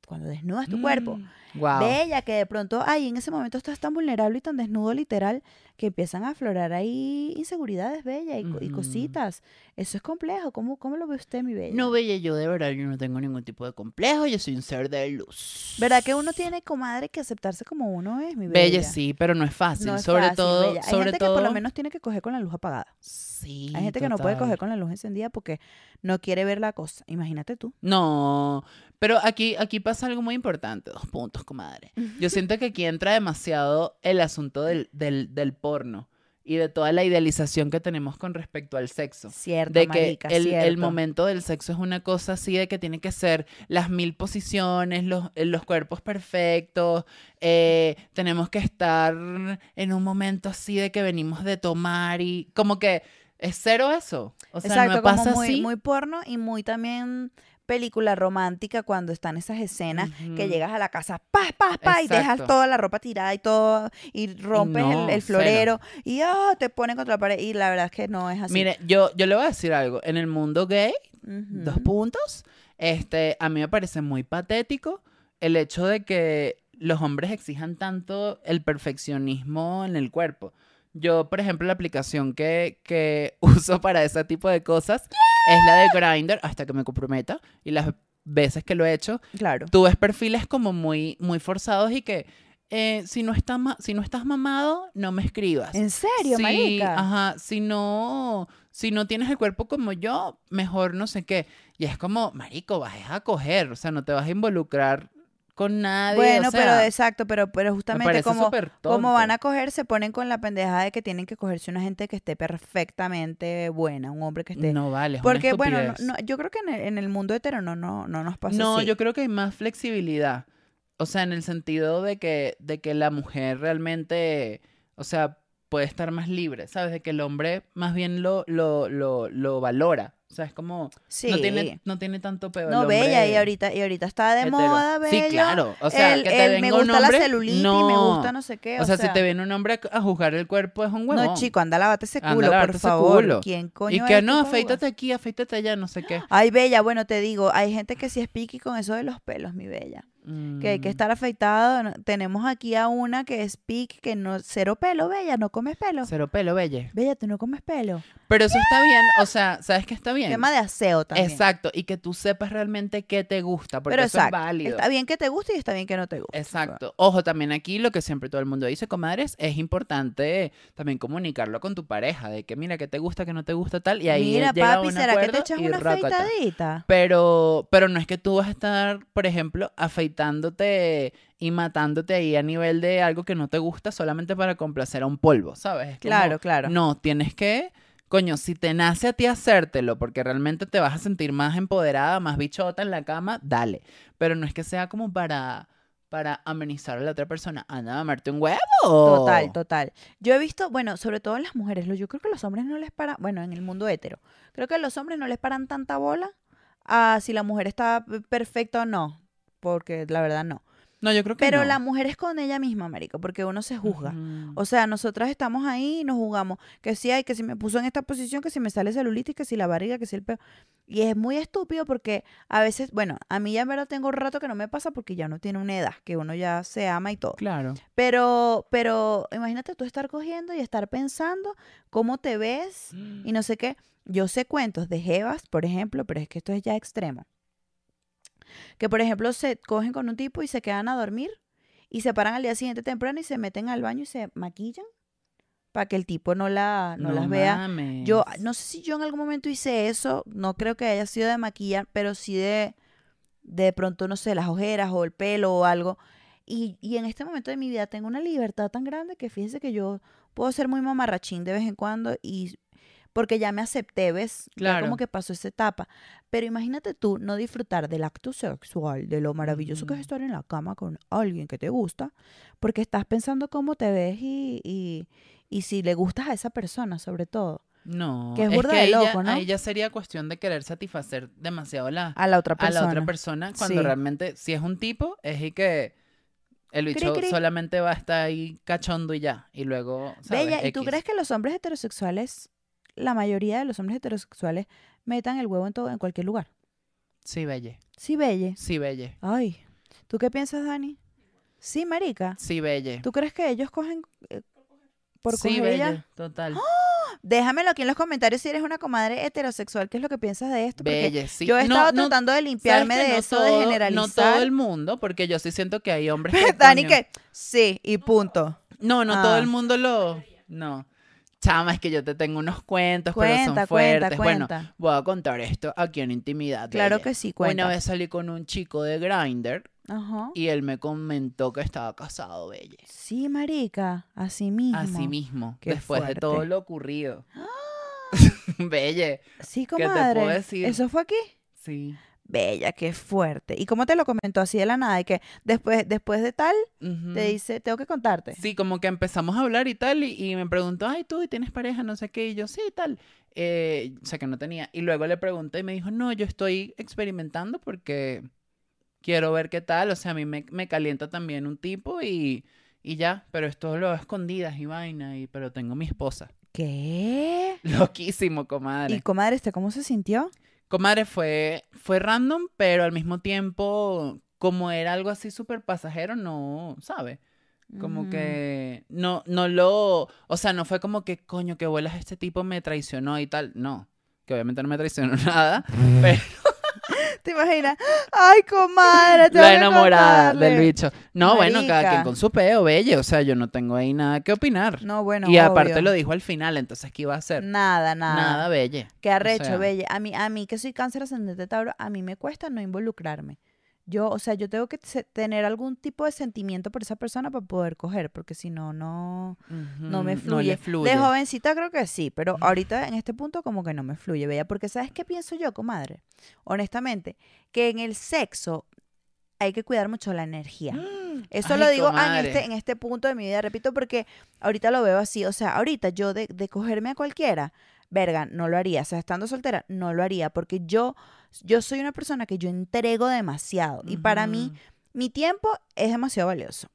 C: Cuando desnudas tu cuerpo.
B: Mm, Wow.
C: Bella, que de pronto, ay, en ese momento estás tan vulnerable y tan desnudo, literal, que empiezan a aflorar ahí inseguridades, bella, y, co- y
B: Ujú.
C: cositas. Eso es complejo. ¿Cómo, cómo lo ve usted, mi bella?
B: No, bella, yo de verdad yo no tengo ningún tipo de complejo, yo soy un ser de luz.
C: ¿Verdad que uno tiene, comadre, que aceptarse como uno es, mi bella?
B: Bella, sí, pero no es fácil,
C: No es
B: sobre
C: fácil,
B: todo,
C: bella. Hay
B: sobre
C: gente
B: todo
C: que por lo menos tiene que coger con la luz apagada.
B: Sí.
C: Hay gente que no puede
B: total.
C: coger con la luz encendida porque no quiere ver la cosa. Imagínate tú.
B: No, pero aquí, aquí pasa algo muy importante, dos puntos, comadre. Yo siento que aquí entra demasiado el asunto del, del, del porno y de toda la idealización que tenemos con respecto al sexo.
C: Cierto,
B: De que
C: marica,
B: el, el
C: cierto.
B: momento del sexo es una cosa así, de que tiene que ser las mil posiciones, los, eh, los cuerpos perfectos, eh, tenemos que estar en un momento así de que venimos de tomar y como que es cero eso. O sea,
C: Exacto,
B: no pasa
C: como muy,
B: así.
C: muy porno y muy también película romántica cuando están esas escenas que
B: Ujú.
C: llegas a la casa, pa, pa, pa, y dejas
B: Exacto.
C: toda la ropa tirada y todo, y rompes el-
B: no,
C: el,
B: cero.
C: florero, y ah, te ponen contra la pared, y la verdad es que no es así.
B: Mire, yo, yo le voy a decir algo. En el mundo gay,
C: Ujú.
B: dos puntos, este, a mí me parece muy patético el hecho de que los hombres exijan tanto el perfeccionismo en el cuerpo. Yo, por ejemplo, la aplicación que, que uso para ese tipo de cosas es la de Grindr, hasta que me comprometa, y las veces que lo he hecho,
C: Claro.
B: tú ves perfiles como muy, muy forzados y que eh, si, no está ma- si no estás mamado, no me escribas.
C: ¿En serio,
B: Sí,
C: marica?
B: Ajá, si no, si no tienes el cuerpo como yo, mejor no sé qué. Y es como, marico, vas a coger, o sea, no te vas a involucrar con nadie.
C: Bueno,
B: o sea,
C: pero exacto, pero, pero
B: me
C: justamente
B: parece
C: como,
B: súper
C: como van
B: tonto.
C: a coger, se ponen con la pendejada de que tienen que cogerse una gente que esté perfectamente buena, un hombre que esté...
B: No vale, es una
C: Porque, bueno, no-
B: estupidez.
C: no- pues, yo creo que en el, en el mundo hetero no, no, no nos pasa
B: No,
C: así.
B: yo creo que hay más flexibilidad. O sea, en el sentido de que, de que la mujer realmente, o sea, puede estar más libre, ¿sabes? De que el hombre más bien lo, lo, lo, lo valora. O sea, es como,
C: sí.
B: no, tiene, no tiene tanto peo el
C: No, bella, y
B: hombre
C: ahorita, y ahorita está de
B: hetero.
C: moda, bella.
B: Sí, claro. O sea,
C: el,
B: que te
C: el
B: venga
C: me
B: un
C: gusta la
B: hombre,
C: celulitis,
B: no.
C: me gusta no sé qué.
B: O sea, si te viene un hombre a juzgar el cuerpo, es un huevón.
C: No, chico, anda, lávate ese
B: Anda,
C: culo,
B: lávate
C: por
B: ese
C: favor.
B: culo.
C: ¿Quién coño
B: Y
C: eres
B: que
C: tú
B: no,
C: para juzgar?
B: afeítate aquí, afeítate allá, no sé qué.
C: Ay, bella, bueno, te digo, hay gente que sí es piqui con eso de los pelos, mi bella. Que hay Ah, que
B: Mm.
C: estar afeitado. no- Tenemos aquí a una que es piqui, que no, cero pelo, bella, no comes pelo.
B: Cero pelo, belle.
C: Bella, tú no comes pelo.
B: Pero eso está bien, o sea, ¿sabes qué está bien?
C: Tema de aseo también.
B: Exacto, y que tú sepas realmente qué te gusta, porque
C: Pero
B: eso
C: exacto,
B: es válido.
C: Está bien que te guste y está bien que no te guste.
B: Exacto. Ojo, también aquí lo que siempre todo el mundo dice, comadres, es importante también comunicarlo con tu pareja, de que mira, que te gusta, que no te gusta, tal, y ahí
C: Mira,
B: llega
C: papi,
B: un
C: ¿será que te
B: acuerdo
C: echas
B: y
C: una
B: rácata.
C: afeitadita?
B: Pero, pero no es que tú vas a estar, por ejemplo, afeitándote y matándote ahí a nivel de algo que no te gusta solamente para complacer a un polvo, ¿sabes? Es como,
C: Claro, claro.
B: No, tienes que, coño, si te nace a ti hacértelo, porque realmente te vas a sentir más empoderada, más bichota en la cama, dale. Pero no es que sea como para, para amenizar a la otra persona. Anda a amarte un huevo. Oh.
C: Total, total. Yo he visto, bueno, sobre todo en las mujeres, lo- yo creo que los hombres no les paran, bueno, en el mundo hétero, creo que los hombres no les paran tanta bola a si la mujer está perfecta o no, porque la verdad no.
B: No, yo creo que
C: Pero
B: no.
C: la mujer es con ella misma, marico, porque uno se juzga.
B: Ujú.
C: O sea, nosotras estamos ahí y nos jugamos que si hay, que si me puso en esta posición, que si me sale celulitis, que si la barriga, que si el peo. Y es muy estúpido porque a veces, bueno, a mí ya en verdad tengo rato que no me pasa porque ya uno tiene una edad, que uno ya se ama y todo.
B: Claro.
C: Pero, pero imagínate tú estar cogiendo y estar pensando cómo te ves y no sé qué. Yo sé cuentos de Jevas, por ejemplo, pero es que esto es ya extremo. Que, por ejemplo, se cogen con un tipo y se quedan a dormir y se paran al día siguiente temprano y se meten al baño y se maquillan para que el tipo no, la, no, las vea. Yo
B: mames.
C: no sé si yo en algún momento hice eso, no creo que haya sido de maquillar, pero sí de de pronto, no sé, las ojeras o el pelo o algo. Y, y en este momento de mi vida tengo una libertad tan grande que fíjense que yo puedo ser muy mamarrachín de vez en cuando y porque ya me acepté, ¿ves? Ya
B: Claro.
C: como que pasó esa etapa. Pero imagínate tú no disfrutar del acto sexual, de lo maravilloso que es
B: Ujú.
C: estar en la cama con alguien que te gusta, porque estás pensando cómo te ves y, y, y si le gustas a esa persona, sobre todo,
B: No.
C: que es burda de
B: ahí ya-
C: loco, ¿no?
B: Ahí ya sería cuestión de querer satisfacer demasiado la,
C: a la otra
B: a
C: persona.
B: la otra persona cuando
C: Sí.
B: realmente si es un tipo es y que el
C: Cri,
B: bicho
C: cri.
B: solamente va a estar ahí cachondo y ya y luego ¿sabes?
C: Bella, ¿y tú
B: X.
C: crees que los hombres heterosexuales, la mayoría de los hombres heterosexuales, metan el huevo en todo, en cualquier lugar?
B: sí belle
C: Sí, Belle.
B: sí belle
C: Ay, ¿tú qué piensas, Dani? Sí, marica.
B: sí belle
C: ¿Tú crees que ellos cogen eh, por
B: sí
C: coger ya?
B: belle total
C: Déjamelo aquí en los comentarios si eres una comadre heterosexual, ¿qué es lo que piensas de esto? Porque
B: belle sí
C: yo he
B: No,
C: estado
B: no,
C: tratando de
B: ¿sabes
C: limpiarme
B: que
C: de
B: no
C: eso,
B: todo-
C: de generalizar.
B: no todo el mundo porque yo sí siento que hay hombres que,
C: Dani,
B: coño,
C: que sí, y punto.
B: no no todo
C: Ah.
B: el mundo lo no chama es que yo te tengo unos cuentos pero
C: Cuenta, cuenta,
B: son fuertes
C: cuenta.
B: bueno voy a contar esto aquí en intimidad
C: claro
B: Belle.
C: que sí, cuenta.
B: una vez salí con un chico de Grindr
C: Ajá.
B: Y él me comentó que estaba casado, Belle.
C: Sí, marica, así mismo.
B: Así mismo,
C: Qué
B: después de todo
C: fuerte.
B: lo ocurrido. Belle,
C: Sí,
B: te puedo
C: comadre.
B: decir?
C: Eso fue aquí.
B: sí.
C: Bella, qué fuerte. ¿Y cómo te lo comentó así de la nada? Y que después, después de tal,
B: Ujú.
C: te dice, tengo que contarte.
B: Sí, como que empezamos a hablar y tal, y, y me preguntó, ay, tú, ¿y tienes pareja? No sé qué, y yo, sí, tal. Eh, o sea, que no tenía. Y luego le pregunté y me dijo, no, yo estoy experimentando porque quiero ver qué tal. O sea, a mí me, me calienta también un tipo y, y ya, pero esto lo hago a escondidas y vaina, y, pero tengo mi esposa.
C: ¿Qué?
B: Loquísimo, comadre.
C: ¿Y comadre, este cómo se sintió?
B: Comadre, fue, fue random, pero al mismo tiempo, como era algo así súper pasajero, no, ¿sabes? Como
C: Mm.
B: que no, no lo, o sea, no fue como que, coño, que vuelas este tipo me traicionó y tal, no, que obviamente no me traicionó nada, pero
C: ¿Te imaginas? Ay, comadre, tengo
B: la
C: que
B: enamorada del
C: contarle".
B: bicho. No, bueno, cada quien
C: Marica.
B: con su peo, belle, o sea, yo no tengo ahí nada que opinar.
C: No, bueno,
B: y aparte
C: obvio.
B: lo dijo al final, entonces, ¿qué iba a hacer?
C: Nada, nada.
B: Nada, belle.
C: Qué arrecho,
B: sea-
C: bella. A mí, a mí que soy cáncer ascendente Tauro, a mí me cuesta no involucrarme. Yo, o sea, yo tengo que se- tener algún tipo de sentimiento por esa persona para poder coger, porque si no, no, no me
B: Ujú,
C: fluye.
B: Mm, No le fluye. Mm.
C: De jovencita creo que sí, pero ahorita en este punto como que no me fluye, bella. Porque ¿sabes qué pienso yo, comadre? Honestamente, que en el sexo hay que cuidar mucho la energía. Eso
B: Ay,
C: lo digo ah, en
B: comadre.
C: este, en este punto de mi vida, repito, porque ahorita lo veo así. O sea, ahorita yo de, de cogerme a cualquiera, verga, no lo haría. O sea, estando soltera, no lo haría. Porque yo, yo soy una persona que yo entrego demasiado. Y para mí,
B: Ujú.
C: mi tiempo es demasiado valioso.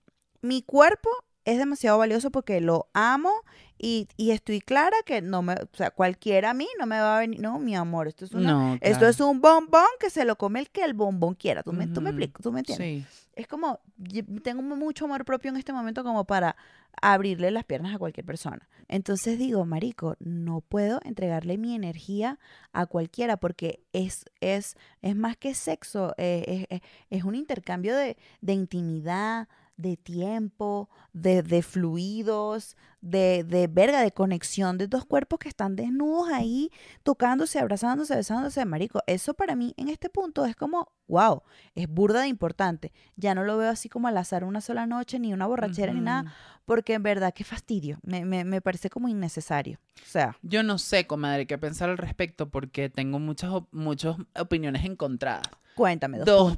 C: Mi cuerpo es demasiado valioso porque lo amo y, y estoy clara que no me, o sea, cualquiera a mí no me va a venir. No, mi amor, esto es una-
B: no,
C: Esto
B: claro.
C: es un bombón que se lo come el que el bombón quiera. ¿Tú me, tú me
B: Ujú.
C: explicas? ¿Tú me entiendes?
B: Sí.
C: es como, ye- tengo mu- mucho amor propio en este momento como para abrirle las piernas a cualquier persona. Entonces digo, Marico, no puedo entregarle mi energía a cualquiera porque es, es, es más que sexo, eh, es, es- es un intercambio de, de intimidad, de tiempo, de, de fluidos, de, de verga, de conexión de dos cuerpos que están desnudos ahí, tocándose, abrazándose, besándose, Marico. Eso para mí en este punto es como, wow, es burda de importante. Ya no lo veo así como al azar una sola noche, ni una borrachera, ni nada.
B: Ujú.
C: Porque en verdad, qué fastidio. Me, me, me parece como innecesario. O sea,
B: Yo no sé, comadre, qué pensar al respecto porque tengo muchas, op- muchas opiniones encontradas.
C: cuéntame. Dos,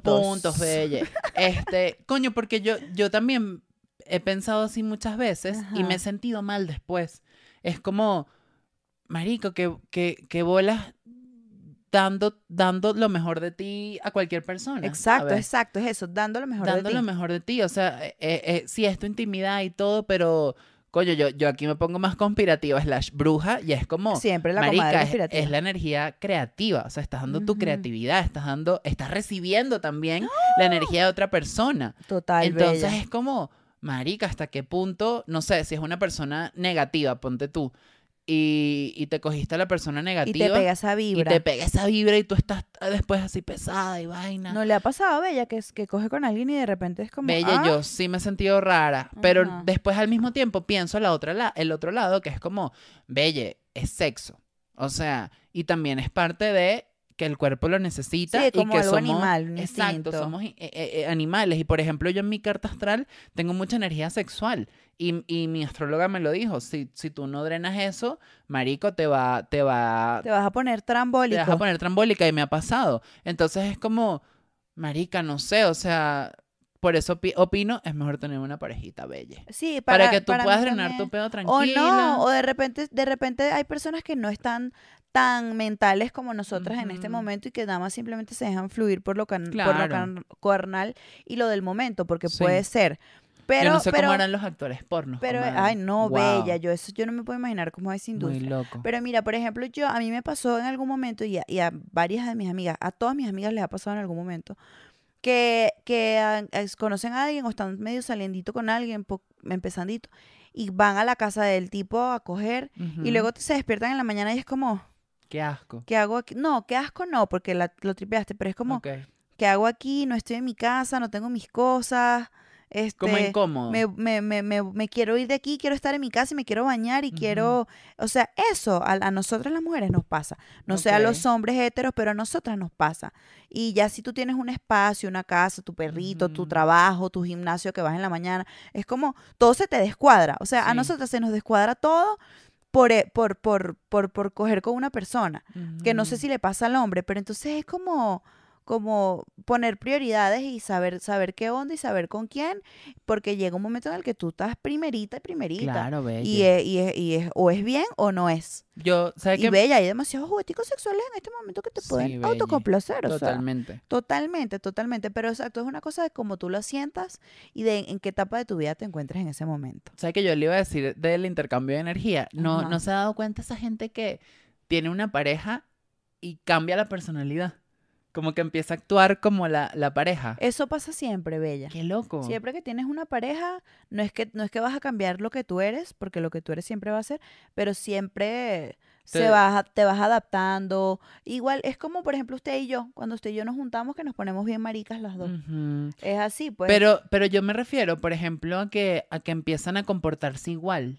B: puntos, Belle. Este, coño, porque yo, yo también he pensado así muchas veces y me
C: Ajá.
B: he sentido mal después. Es como, marico, que, que, que bolas dando, dando lo mejor de ti a cualquier persona.
C: Exacto,
B: ¿sabes?
C: exacto, es eso, dando lo mejor de
B: dando
C: ti.
B: lo mejor de ti. O sea, eh, eh, sí, es tu intimidad y todo, pero coño, yo, yo aquí me pongo más conspirativa, slash bruja, y es como.
C: Siempre la
B: marica,
C: comadre
B: es- es,
C: conspirativa.
B: la energía creativa. O sea, estás dando tu
C: Ujú.
B: creatividad, estás dando, estás recibiendo también la energía de otra persona.
C: Total,
B: Entonces
C: bella.
B: es como, marica, ¿hasta qué punto? No sé, si es una persona negativa, ponte tú. Y, y te cogiste a la persona
C: Y
B: negativa.
C: te pega esa
B: y
C: vibra.
B: te pega esa vibra y tú estás ah, después así pesada y vaina.
C: ¿No le ha pasado a Bella que, es- que coge con alguien y de repente es como...
B: Bella,
C: "Ah,
B: yo sí me he sentido rara, pero
C: Ajá.
B: después al mismo tiempo pienso la otra la, el otro lado, que es como, Belle, es sexo. O sea, y también es parte de que el cuerpo lo necesita
C: Sí,
B: y
C: como
B: que
C: algo
B: somos
C: animal, un
B: exacto,
C: instinto.
B: somos eh, eh, eh, animales y por ejemplo, yo en mi carta astral tengo mucha energía sexual y, y mi astróloga me lo dijo, si, si tú no drenas eso, marico te va te va
C: Te vas a poner trambólico.
B: te vas a poner trambólica y me ha pasado. Entonces es como, marica, no sé, o sea, por eso opi- opino, es mejor tener una parejita bella.
C: Sí,
B: Para,
C: para,
B: que tú
C: para mí
B: puedas drenar
C: también.
B: tu pedo
C: O
B: tranquila.
C: no, o de repente, de repente hay personas que no están tan mentales como nosotras en este
B: Ujú.
C: momento y que nada más simplemente se dejan fluir por lo, can- por lo
B: Claro.
C: can- carnal y lo del momento, porque
B: Sí.
C: puede ser. Pero,
B: Yo no sé
C: pero,
B: cómo eran los actores pornos.
C: pero,
B: comadre.
C: ay, no,
B: Guau,
C: bella, yo eso yo no me puedo imaginar cómo es
B: Muy
C: industria.
B: loco.
C: Pero mira, por ejemplo, yo a mí me pasó en algún momento y a, y a varias de mis amigas, a todas mis amigas les ha pasado en algún momento que, que ah, es- conocen a alguien o están medio saliendito con alguien, po- empezandito, y van a la casa del tipo a coger y
B: Ujú.
C: luego se despiertan en la mañana y es como,
B: Qué asco.
C: ¿qué hago aquí? No, qué asco no, porque la- lo tripeaste, pero es como,
B: Ok.
C: ¿qué hago aquí? No estoy en mi casa, no tengo mis cosas, este,
B: Como incómodo.
C: me, me, me, me, me quiero ir de aquí, quiero estar en mi casa y me quiero bañar y
B: Ujú.
C: quiero... O sea, eso a, a nosotras las mujeres nos pasa. No sé a los
B: Ok.
C: hombres heteros, pero a nosotras nos pasa. Y ya si tú tienes un espacio, una casa, tu perrito, tu
B: Ujú.
C: trabajo, tu gimnasio que vas en la mañana, es como todo se te descuadra. O sea, a
B: Sí.
C: nosotras se nos descuadra todo por, eh, por, por, por, por coger con una persona que no sé
B: Ujú.
C: si le pasa al hombre, pero entonces es como como poner prioridades y saber saber qué onda y saber con quién, porque llega un momento en el que tú estás primerita y primerita.
B: Claro, bella.
C: Y es, y, es, y es o es bien o no es.
B: Yo, ¿sabes
C: Y
B: qué?
C: bella, hay demasiados jugueticos sexuales en este momento que te
B: Sí,
C: pueden
B: belle.
C: autocomplacer. O sea,
B: Totalmente.
C: totalmente, totalmente. Pero exacto, es una cosa de cómo tú lo sientas y de en qué etapa de tu vida te encuentres en ese momento.
B: ¿Sabes que yo le iba a decir del intercambio de energía? No,
C: Ajá.
B: no se ha dado cuenta esa gente que tiene una pareja y cambia la personalidad. Como que empieza a actuar como la, la pareja.
C: Eso pasa siempre, bella.
B: Qué loco.
C: Siempre que tienes una pareja, no es que no es que vas a cambiar lo que tú eres, porque lo que tú eres siempre va a ser, pero siempre se
B: Te-
C: vas, a- te vas adaptando. Igual es como, por ejemplo, usted y yo, cuando usted y yo nos juntamos que nos ponemos bien maricas las dos.
B: Ujú.
C: Es así, pues.
B: Mm. pero, pero yo me refiero, por ejemplo, a que, a que empiezan a comportarse igual.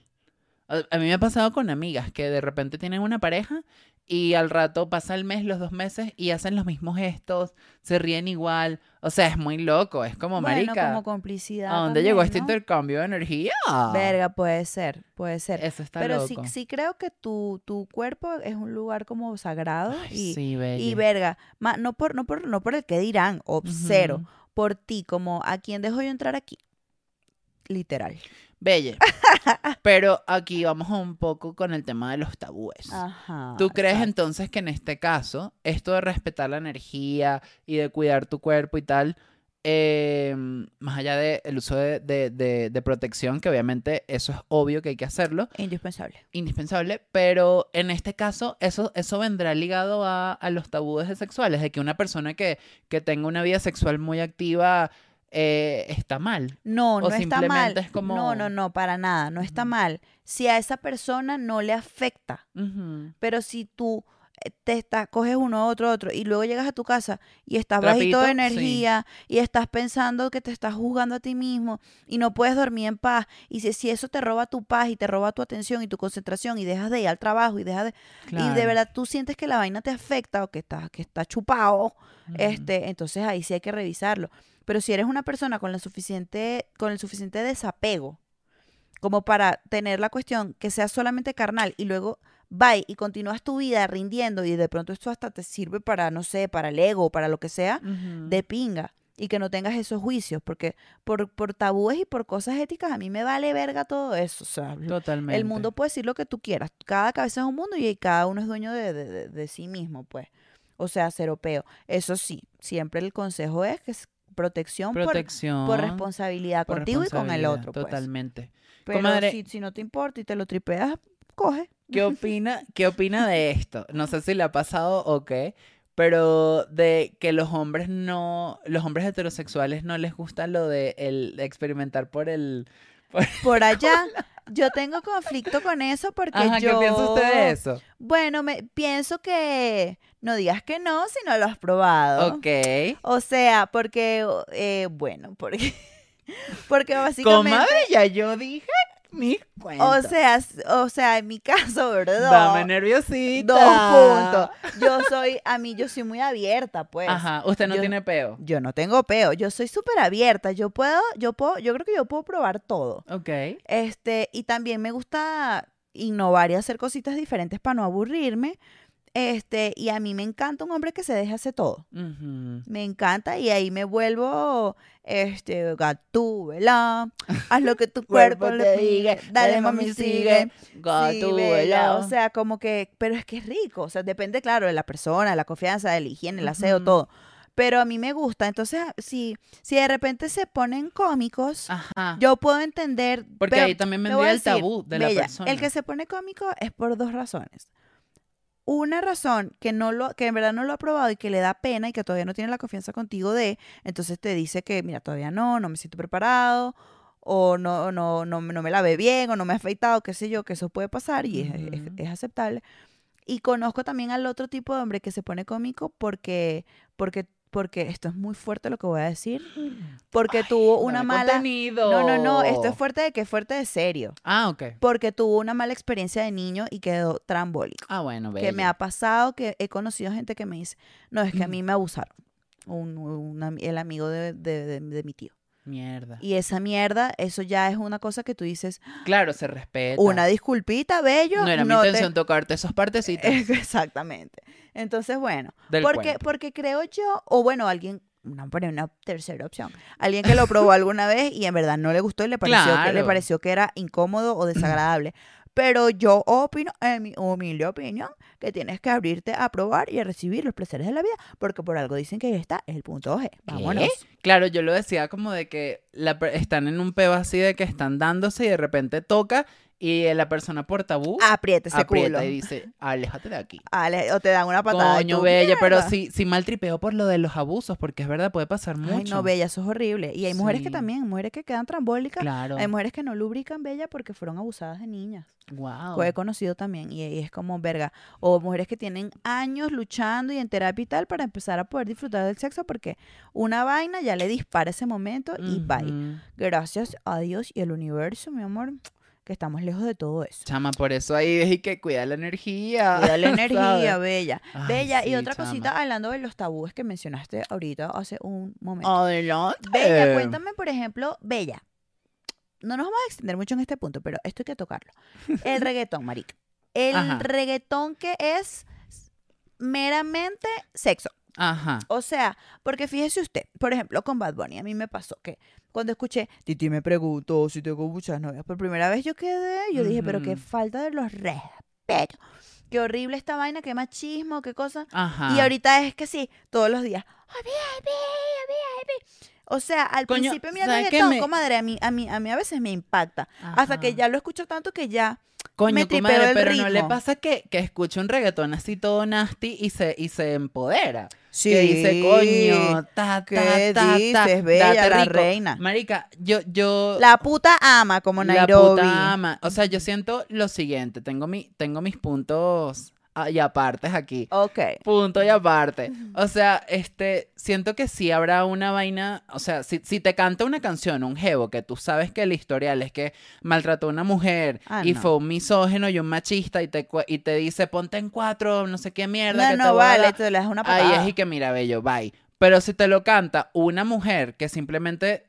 B: A, a mí me ha pasado con amigas que de repente tienen una pareja y al rato pasa el mes, los dos meses y hacen los mismos gestos, se ríen igual. O sea, es muy loco. Es como,
C: bueno,
B: marica,
C: como complicidad.
B: ¿a dónde llegó este
C: también, ¿no?
B: intercambio de energía?
C: Verga, puede ser, puede ser.
B: Eso está
C: pero sí,
B: loco.
C: sí creo que tu, tu cuerpo es un lugar como sagrado
B: Ay,
C: y,
B: sí, bella.
C: y verga, ma- no por no por no por el que dirán, o pues, cero,
B: Ujú.
C: por ti, como a quién dejo yo entrar aquí. Literal.
B: Belle. Pero aquí vamos un poco con el tema de los tabúes.
C: Ajá.
B: ¿Tú crees
C: exacto.
B: entonces que en este caso, esto de respetar la energía y de cuidar tu cuerpo y tal, eh, más allá del uso de, de- de- de protección, que obviamente eso es obvio que hay que hacerlo,
C: Indispensable.
B: indispensable, pero en este caso eso, eso vendrá ligado a, a los tabúes de sexuales, de que una persona que, que tenga una vida sexual muy activa eh, está mal.
C: No,
B: O
C: no está mal.
B: simplemente es como-
C: No, no, no, para nada, no está
B: Ujú.
C: mal. Si a esa persona no le afecta,
B: Ujú.
C: pero si tú eh, te estás, coges uno, otro, otro, y luego llegas a tu casa y estás bajito de
B: Trapito, sí.
C: energía y estás pensando que te estás juzgando a ti mismo y no puedes dormir en paz, y si, si eso te roba tu paz y te roba tu atención y tu concentración y dejas de ir al trabajo y dejas de... Y de
B: Claro.
C: verdad tú sientes que la vaina te afecta o que está, que está chupado,
B: Ujú.
C: este, entonces ahí sí hay que revisarlo. Pero si eres una persona con, la suficiente, con el suficiente desapego como para tener la cuestión que sea solamente carnal y luego bye y continúas tu vida rindiendo y de pronto esto hasta te sirve para, no sé, para el ego, para lo que sea,
B: Ujú.
C: de pinga. Y que no tengas esos juicios, porque por, por tabúes y por cosas éticas a mí me vale verga todo eso. O sea,
B: Totalmente.
C: el mundo puede decir lo que tú quieras. Cada cabeza es un mundo y cada uno es dueño de, de- de- de sí mismo, pues. O sea, cero peo. Eso sí, siempre el consejo es que es protección, por-
B: Protección.
C: por, responsabilidad
B: por
C: contigo y con el
B: responsabilidad,
C: otro. pues.
B: Totalmente.
C: Pero
B: Comadre.
C: si, si no te importa y te lo tripeas, coge.
B: ¿Qué opina, ¿Qué opina de esto? No sé si le ha pasado o qué, pero de que los hombres no, los hombres heterosexuales no les gusta lo de el experimentar por el...
C: Por allá, yo tengo conflicto con eso porque
B: Ajá,
C: yo...
B: ¿qué piensa usted de eso?
C: Bueno, me, pienso que no digas que no si no lo has probado.
B: Ok.
C: O sea, porque, eh, bueno, porque, porque básicamente,
B: Comadre, ya yo dije mis
C: o
B: cuentos.
C: sea, s- o sea, en mi caso,
B: Dame
C: ¿verdad?
B: nerviosita.
C: Dos puntos. Yo soy, a mí, yo soy muy abierta, pues.
B: Ajá, usted no
C: Yo-
B: tiene peo.
C: Yo no tengo peo, yo soy súper abierta, yo puedo, yo puedo, yo creo que yo puedo probar todo.
B: Ok.
C: Este, y también me gusta innovar y hacer cositas diferentes para no aburrirme. Este, y a mí me encanta un hombre que se deje hacer todo.
B: Ujú.
C: Me encanta y ahí me vuelvo este gatúbela. Haz lo que tu cuerpo le diga. Dale, mami, sigue.
B: Ah,
C: Sí,
B: Gatúbela.
C: bella, O sea, como que, pero es que es rico. O sea, depende, claro, de la persona, de la confianza, de la higiene, el aseo,
B: Ujú.
C: todo. Pero a mí me gusta. Entonces, ah, si, si de repente se ponen cómicos,
B: Ajá.
C: yo puedo entender.
B: Ah. Porque
C: pero
B: ahí
C: te
B: también vendría
C: voy a
B: el
C: decir,
B: tabú de la
C: Bella,
B: persona.
C: El que se pone cómico es por dos razones. Una razón que no lo, que en verdad no lo ha probado y que le da pena y que todavía no tiene la confianza contigo de, entonces te dice que, mira, todavía no, no me siento preparado, o no, no, no, no me lavé bien, o no me he afeitado, qué sé yo, que eso puede pasar y es- es-
B: Ujú.
C: es aceptable. Y conozco también al otro tipo de hombre que se pone cómico porque, porque, porque esto es muy fuerte lo que voy a decir, porque tuvo una
B: Dame
C: mala,
B: contenido.
C: no, no, no, esto es fuerte de que es fuerte de serio.
B: Ah, ok.
C: Porque tuvo una mala experiencia de niño y quedó trambólico.
B: Ah, bueno,
C: Que me
B: bella.
C: ha pasado, que he conocido gente que me dice, no, es que a
B: Mm.
C: mí me abusaron. Un- un ami- el amigo de, de- de- de mi tío.
B: Mierda.
C: Y esa mierda, eso ya es una cosa que tú dices,
B: Claro, se respeta.
C: una disculpita, bello.
B: No era mi
C: te-
B: intención tocarte esas partecitas
C: Exactamente. Entonces, bueno,
B: del
C: porque,
B: cuento.
C: porque creo yo, o bueno, alguien, una, pero una tercera opción, alguien que lo probó alguna vez y en verdad no le gustó y le pareció, que, le
B: Claro.
C: pareció que era incómodo o desagradable. Pero yo opino, en mi humilde opinión, que tienes que abrirte a probar y a recibir los placeres de la vida, porque por algo dicen que ahí está el punto G. Vámonos.
B: Claro, yo lo decía como de que la per- están en un peo así de que están dándose y de repente toca y eh, la persona por tabú
C: Apriete Ah, ese
B: aprieta
C: culo.
B: y dice, aléjate de aquí.
C: Ale- o te dan una patada. y
B: Coño,
C: tú,
B: bella, pero
C: "Mierda".
B: sí, sí maltripeo por lo de los abusos, porque es verdad, puede pasar mucho.
C: Ay, no, bella, eso es horrible. Y hay mujeres que
B: Sí.
C: también, mujeres que quedan trambólicas.
B: Claro.
C: Hay mujeres que no lubrican, bella, porque fueron abusadas de niñas.
B: Wow.
C: Fue conocido también y, y es como verga. O mujeres que tienen años luchando y en terapia y tal para empezar a poder disfrutar del sexo porque una vaina ya le dispara ese momento y bye. Gracias a Dios y al universo, mi amor, que estamos lejos de todo eso.
B: Chama, por eso ahí dije que cuidar la energía.
C: Y dale
B: ¿sabes?
C: energía, bella.
B: Ay,
C: bella,
B: sí,
C: y otra
B: chama.
C: cosita hablando de los tabúes que mencionaste ahorita hace un momento.
B: Adelante.
C: Bella, cuéntame, por ejemplo, Bella. No nos vamos a extender mucho en este punto, pero esto hay que tocarlo. El reggaetón, marica. El
B: Ajá.
C: reggaetón que es meramente sexo.
B: Ajá.
C: O sea, porque fíjese usted, por ejemplo, con Bad Bunny, a mí me pasó que cuando escuché, Titi me preguntó si tengo muchas novias, por primera vez yo quedé, yo dije, pero qué
B: Ujú.
C: falta de los respetos. Qué horrible esta vaina, qué machismo, qué cosa.
B: Ajá.
C: Y ahorita es que sí, todos los días. "Ay, mira, ay, mira, ay, mira, ay, mira". O sea, al
B: Coño,
C: principio mira
B: ¿sabes qué
C: reggaetón,
B: me-
C: comadre, a mí, a mí, a mí a veces me impacta. Hasta que
B: Ajá.
C: ya lo escucho tanto que ya.
B: Coño,
C: me tripeo
B: comadre,
C: el
B: pero no le
C: ritmo.
B: pasa que, que escucha un reggaetón así todo nasty y se, y se empodera. Que dice, coño, ta, ta,
C: ¿Qué
B: ta, ta,
C: dices, bella,
B: date
C: la
B: rico".
C: reina?
B: Marica, yo, yo,
C: La puta ama, como
B: La
C: Nairobi.
B: puta ama. O sea, yo siento lo siguiente. Tengo, mi, tengo mis puntos ah, y apartes aquí.
C: Ok.
B: Punto y aparte. O sea, este, siento que sí habrá una vaina. O sea, si, si te canta una canción, un jevo, que tú sabes que el historial es que maltrató a una mujer
C: Ah,
B: y
C: no.
B: fue un misógeno y un machista y te, cua- y te dice ponte en cuatro, no sé qué mierda.
C: No,
B: que
C: no
B: te voy a dar".
C: vale, te le das una
B: Ahí
C: patada.
B: es y que mira, bello, bye. Pero si te lo canta una mujer que simplemente,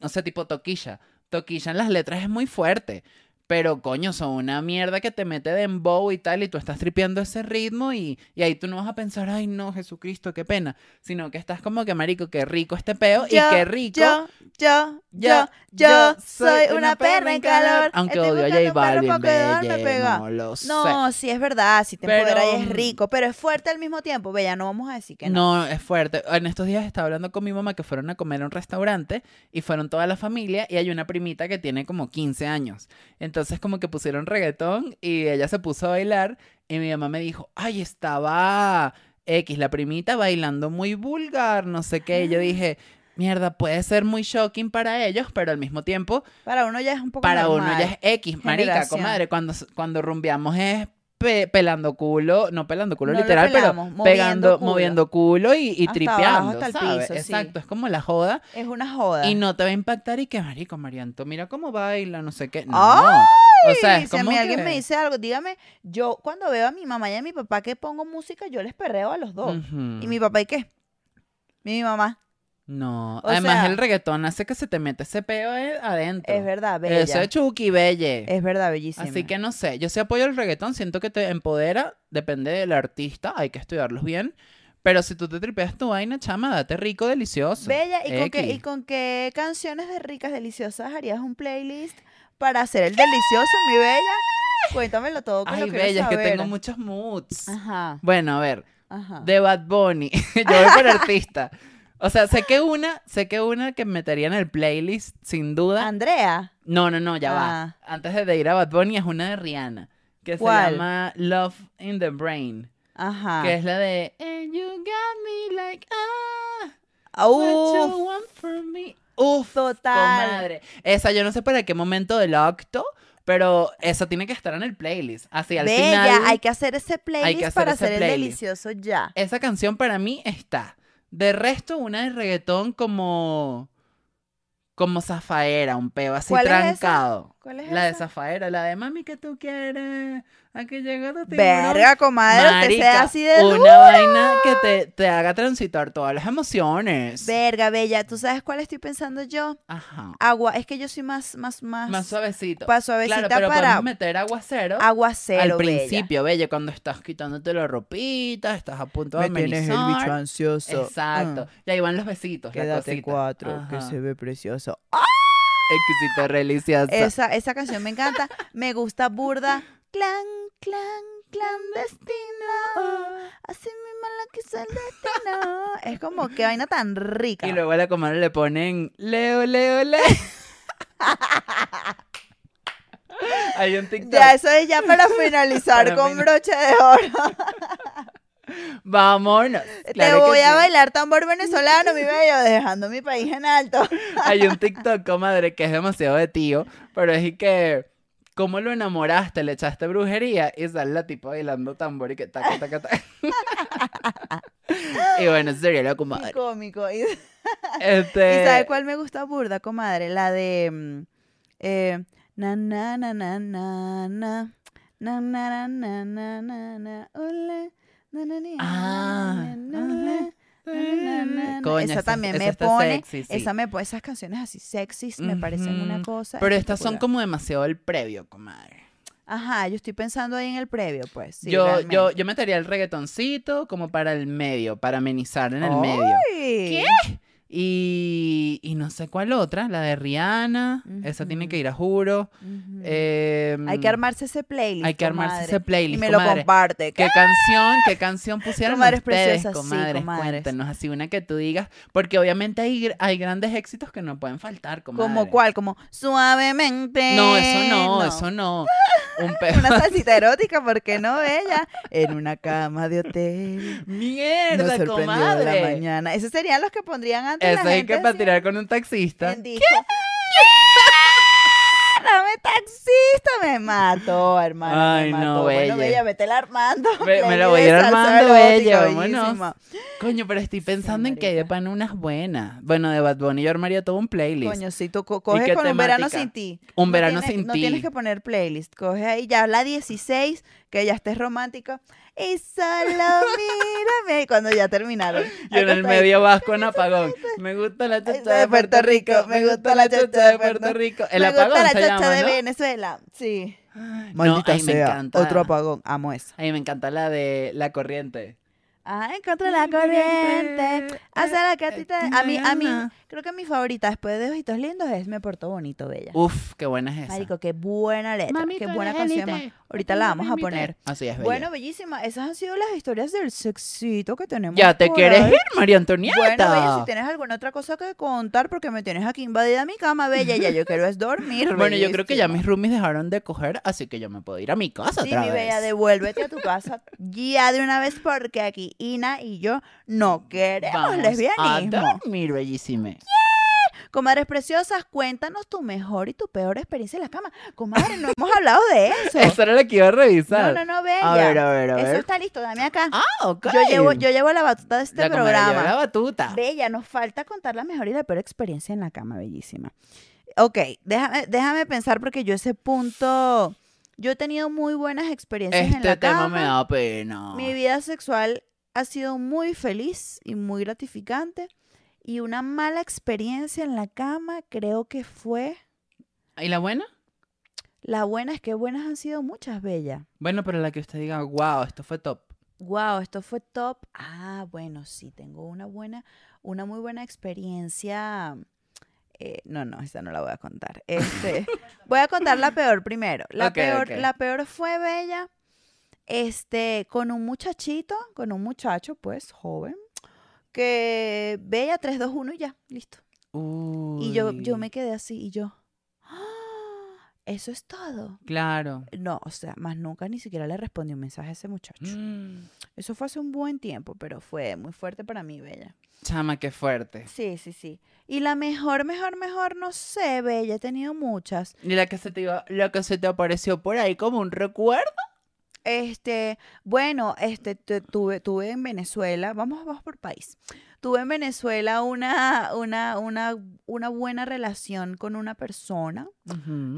B: no sé, tipo toquilla, toquilla en las letras es muy fuerte. Pero coño, son una mierda que te mete dembow y tal, y tú estás tripeando ese ritmo y, y ahí tú no vas a pensar, ay no, Jesucristo, qué pena. Sino que estás como que, marico, qué rico este peo y qué rico.
C: Yo, yo, yo, yo soy una perra en calor.
B: Aunque
C: Estoy
B: odio a J
C: buscando un perro
B: Balvin,
C: pa' quedarme
B: belle,
C: pegada.
B: no lo sé.
C: No, sí es verdad, si te
B: Pero,
C: empoderas y es
B: mm,
C: rico, pero es fuerte al mismo tiempo, bella, no vamos a decir que no.
B: No, es fuerte. En estos días estaba hablando con mi mamá que fueron a comer a un restaurante y fueron toda la familia y hay una primita que tiene como 15 años. Entonces como que pusieron reggaetón y ella se puso a bailar y mi mamá me dijo, ay, estaba X, la primita bailando muy vulgar, no sé qué.
C: Ah.
B: Y yo dije, mierda, puede ser muy shocking para ellos, pero al mismo tiempo
C: Para uno ya es un poco
B: para uno
C: normal.
B: ya es X, marica,
C: Generación.
B: comadre. Cuando, cuando rumbeamos es pe- pelando culo, no pelando culo
C: No lo
B: literal,
C: pelamos, moviendo
B: pero pegando,
C: culo.
B: moviendo culo y, y
C: Hasta abajo,
B: tripeando,
C: hasta el
B: ¿sabes?
C: piso, sí.
B: Exacto, es como la joda
C: Es una joda.
B: y no te va a impactar y que, marico, Marianto, mira cómo baila, no sé qué. No,
C: ¡Ay!
B: o sea, es
C: si a
B: como
C: mí alguien
B: que-
C: me dice algo, dígame, yo cuando veo a mi mamá y a mi papá que pongo música, yo les perreo a los dos.
B: Ujú.
C: ¿Y mi papá y qué? Y mi mamá.
B: No,
C: o
B: además
C: sea-
B: el reggaetón hace que se te mete ese peo eh, adentro.
C: Es verdad, bella.
B: Eso es Chucky Belle.
C: Es verdad, bellísima.
B: Así que no sé, yo sí apoyo el reggaetón, siento que te empodera, depende del artista, hay que estudiarlos bien, pero si tú te tripeas tu vaina, chama, date rico, delicioso.
C: Bella, ¿y con, qué,
B: X.
C: ¿y con qué canciones de ricas deliciosas harías un playlist para hacer el delicioso, mi bella? Cuéntamelo todo que
B: Ay,
C: lo quiero
B: bella, es que
C: saber.
B: tengo muchos moods.
C: Ajá,
B: Bueno, a ver,
C: ajá.
B: de Bad Bunny, yo voy por artista. O sea, sé que una, sé que una que metería en el playlist, sin duda.
C: Andrea.
B: No, no, no, ya
C: Ah.
B: va. Antes de ir a Bad Bunny es una de Rihanna, que
C: ¿Cuál? Ah.
B: se llama Love in the Brain,
C: Ajá.
B: que es la de And you got me like ah. What you
C: Uf,
B: want from me. Uf,
C: total.
B: comadre. Esa yo no sé para qué momento del acto, pero esa tiene que estar en el playlist. Así al
C: Bella,
B: final.
C: hay que hacer ese playlist
B: hacer
C: para
B: ese
C: hacer el
B: playlist.
C: delicioso ya.
B: Esa canción para mí está. De resto, una de reggaetón como. Como Zafaera, un peo así
C: ¿Cuál es esa?
B: trancado.
C: ¿Cuál es
B: la de
C: esa?
B: Zafaera, la de mami que tú quieres. Aquí llegó tu tiburón".
C: Verga, comadre, usted sea
B: Marica,
C: así de
B: una
C: duro.
B: vaina que te, te haga transitar todas las emociones.
C: Verga, bella, ¿tú sabes cuál estoy pensando yo?
B: Ajá.
C: Agua, es que yo soy más, más, más,
B: Más suavecito.
C: pa- suavecita
B: claro, pero
C: para
B: podemos meter aguacero
C: aguacero,
B: al
C: bella.
B: principio, bella. cuando estás quitándote la ropita, estás a punto de
D: Me tienes el bicho
B: amenizar.
D: ansioso. Ah.
B: Exacto. Y ahí van los besitos, la
D: Quédate
B: cosita.
D: cuatro, que
B: Ajá.
D: se ve precioso.
B: Exquisita, reliciosa.
C: Esa, esa canción me encanta. Me gusta burda. Clan, clan, clandestino. Así mi mala quiso el destino. Es como que vaina tan rica.
B: Y luego a la comadre le ponen Leo, Leo, Leo. Hay un TikTok.
C: Ya, eso es ya para finalizar
B: Para
C: con
B: final-
C: broche de oro.
B: Vámonos. Claro
C: Te
B: que
C: voy a
B: sí.
C: bailar tambor venezolano, mi bello, dejando mi país en alto.
B: Hay un TikTok, comadre, que es demasiado de tío, pero es y que, ¿cómo lo enamoraste? ¿Le echaste brujería? Y sale la tipo bailando tambor y que taca, taca, taca. y bueno, eso sería lo
C: Qué
B: comadre.
C: cómico. Y, y
B: Este,
C: ¿sabes cuál me gusta burda, comadre? La de mm, eh, na na na na na na na na na na na na na ule, na na ni,
B: Ah,
C: na, na, na, na, na, na, na.
B: Coño,
C: esa
B: esa-
C: también
B: esa
C: me
B: está
C: pone
B: sexy, sí.
C: esa me po- esas canciones así sexys me parecen una
B: Ujú.
C: cosa
B: Pero estas son
C: espectacular.
B: como demasiado el previo, comadre.
C: ajá yo estoy pensando ahí en el previo pues sí,
B: yo,
C: realmente.
B: yo, yo metería el reggaetoncito como para el medio, para amenizar en el medio.
C: ¿Qué?
B: Y, y no sé cuál otra, la de Rihanna, esa tiene
C: Ujú.
B: que ir a juro.
C: Ujú. hay
B: Em,
C: que armarse ese playlist.
B: Hay que armarse
C: comadre.
B: ese playlist.
C: Y me lo
B: comadre.
C: comparte.
B: ¿Qué canción, qué canción pusieron
C: Comadres
B: ustedes,
C: preciosas, sí,
B: comadres?
C: comadres.
B: Cuéntenos así una que tú digas, porque obviamente hay, gr- hay grandes éxitos que no pueden faltar, comadre.
C: ¿Como cuál? Como suavemente.
B: No, eso no, eso no. Un pe...
C: Una salsita erótica, ¿por qué no, bella?
D: En una cama de hotel.
B: Mierda,
D: Nos sorprendió
B: comadre.
D: la mañana.
C: Nana, esos serían los que pondrían antes
B: Eso
C: la
B: hay
C: gente
B: que para
C: así
B: tirar con un taxista.
C: en disco. ¡Dame taxista! Me mató, hermano.
B: Ay,
C: me
B: no,
C: mató. Bueno,
B: bella.
C: bella, vete armando.
B: Ve- me
C: Playlist
B: la voy a ir
C: de salsa
B: armando,
C: erótica,
B: bella, vámonos.
C: bellísima.
B: Coño, pero estoy pensando en que hay de
C: marica.
B: pan unas buenas. Bueno, de Bad Bunny yo armaría todo un playlist.
C: Coño, sí, tú co- coges
B: qué
C: con un verano
B: temática?
C: sin ti.
B: Un verano
C: tienes-
B: sin
C: No tienes
B: ti.
C: que poner playlist. Coges ahí ya la 16, que ya estés romántica. y solo mírame. Cuando ya terminaron.
B: Y en el
C: Acostadito.
B: medio vasco en apagón. Me gusta la chacha de Puerto Rico. Me gusta la chacha de Puerto Rico. El
C: Me gusta
B: apagón
C: la
B: se
C: chacha
B: llama,
C: de
B: ¿no?
C: Venezuela. Sí.
D: Maldita
B: ay, me
D: sea.
B: encanta.
D: Otro apagón. Amo esa.
B: A me encanta la de la corriente.
C: Ah, en contra de la corriente. Hacia la catita. A mí, a mí, creo que mi favorita después de Ojitos Lindos es Me Portó Bonito, Bella.
B: Uf, qué buena es esa.
C: Marico, qué buena letra, qué buena canción. más. Ahorita la vamos a poner.
B: Así es, bella.
C: Bueno, bellísima. Esas han sido las historias del sexito que tenemos.
B: ya te
C: por
B: quieres
C: ahí.
B: ir, María
C: Bueno, Bella, si
B: Antonieta.
C: tienes alguna otra cosa que contar, porque me tienes aquí invadida mi cama, Bella, ya yo quiero es dormir.
B: bueno, yo creo que ya
C: bellísima.
B: mis roomies dejaron de coger, así que yo me puedo ir a mi casa
C: Sí,
B: otra
C: mi
B: vez.
C: bella, devuélvete a tu casa ya de una vez porque aquí Ina y yo no queremos
B: Vamos a
C: lesbianismo.
B: dormir, bellísime.
C: Comadres preciosas, cuéntanos tu mejor y tu peor experiencia en la cama. Comadre, no hemos hablado de eso.
B: Eso era lo que iba a
C: No,
B: revisar.
C: no, no, bella.
B: a ver, a ver, a
C: Eso
B: ver.
C: está listo, dame acá.
B: Ah, ok.
C: Yo llevo, yo llevo la batuta de este
B: la comadre lleva
C: programa.
B: la batuta.
C: Bella, nos falta contar la mejor y la peor experiencia en la cama, bellísima. Ok, déjame, déjame pensar porque yo ese punto, yo he tenido muy buenas experiencias en
B: Este
C: la
B: tema
C: cama.
B: me da pena.
C: Mi vida sexual ha sido muy feliz y muy gratificante. Y una mala experiencia en la cama creo que fue...
B: ¿Y la buena?
C: La buena es que buenas han sido muchas, Bella.
B: Bueno, pero la que usted diga, wow, esto fue top.
C: Wow, esto fue top. Ah, bueno, sí, tengo una buena, una muy buena experiencia. Eh, no, no, esta no la voy a contar. Este, voy a contar la peor primero. La
B: Ok,
C: peor,
B: ok.
C: la peor fue Bella, este, con un muchachito, con un muchacho, pues, joven, que Bella 3, 2, 1 y ya, listo. Y yo, yo
B: Uy,
C: me quedé así y yo, "Ah, eso es todo.
B: Claro.
C: No, o sea, más nunca ni siquiera le respondí un mensaje a ese muchacho.
B: Mm,
C: Eso fue hace un buen tiempo, pero fue muy fuerte para mí, Bella.
B: Chama, qué fuerte.
C: Sí, sí, sí. Y la mejor, mejor, mejor, no sé, Bella, he tenido muchas.
B: Y la que se te iba- la que se te apareció por ahí como un recuerdo.
C: Este, bueno, este, tu- tuve, tuve en Venezuela, vamos, vamos por país. Tuve en Venezuela una, una, una, una buena relación con una persona,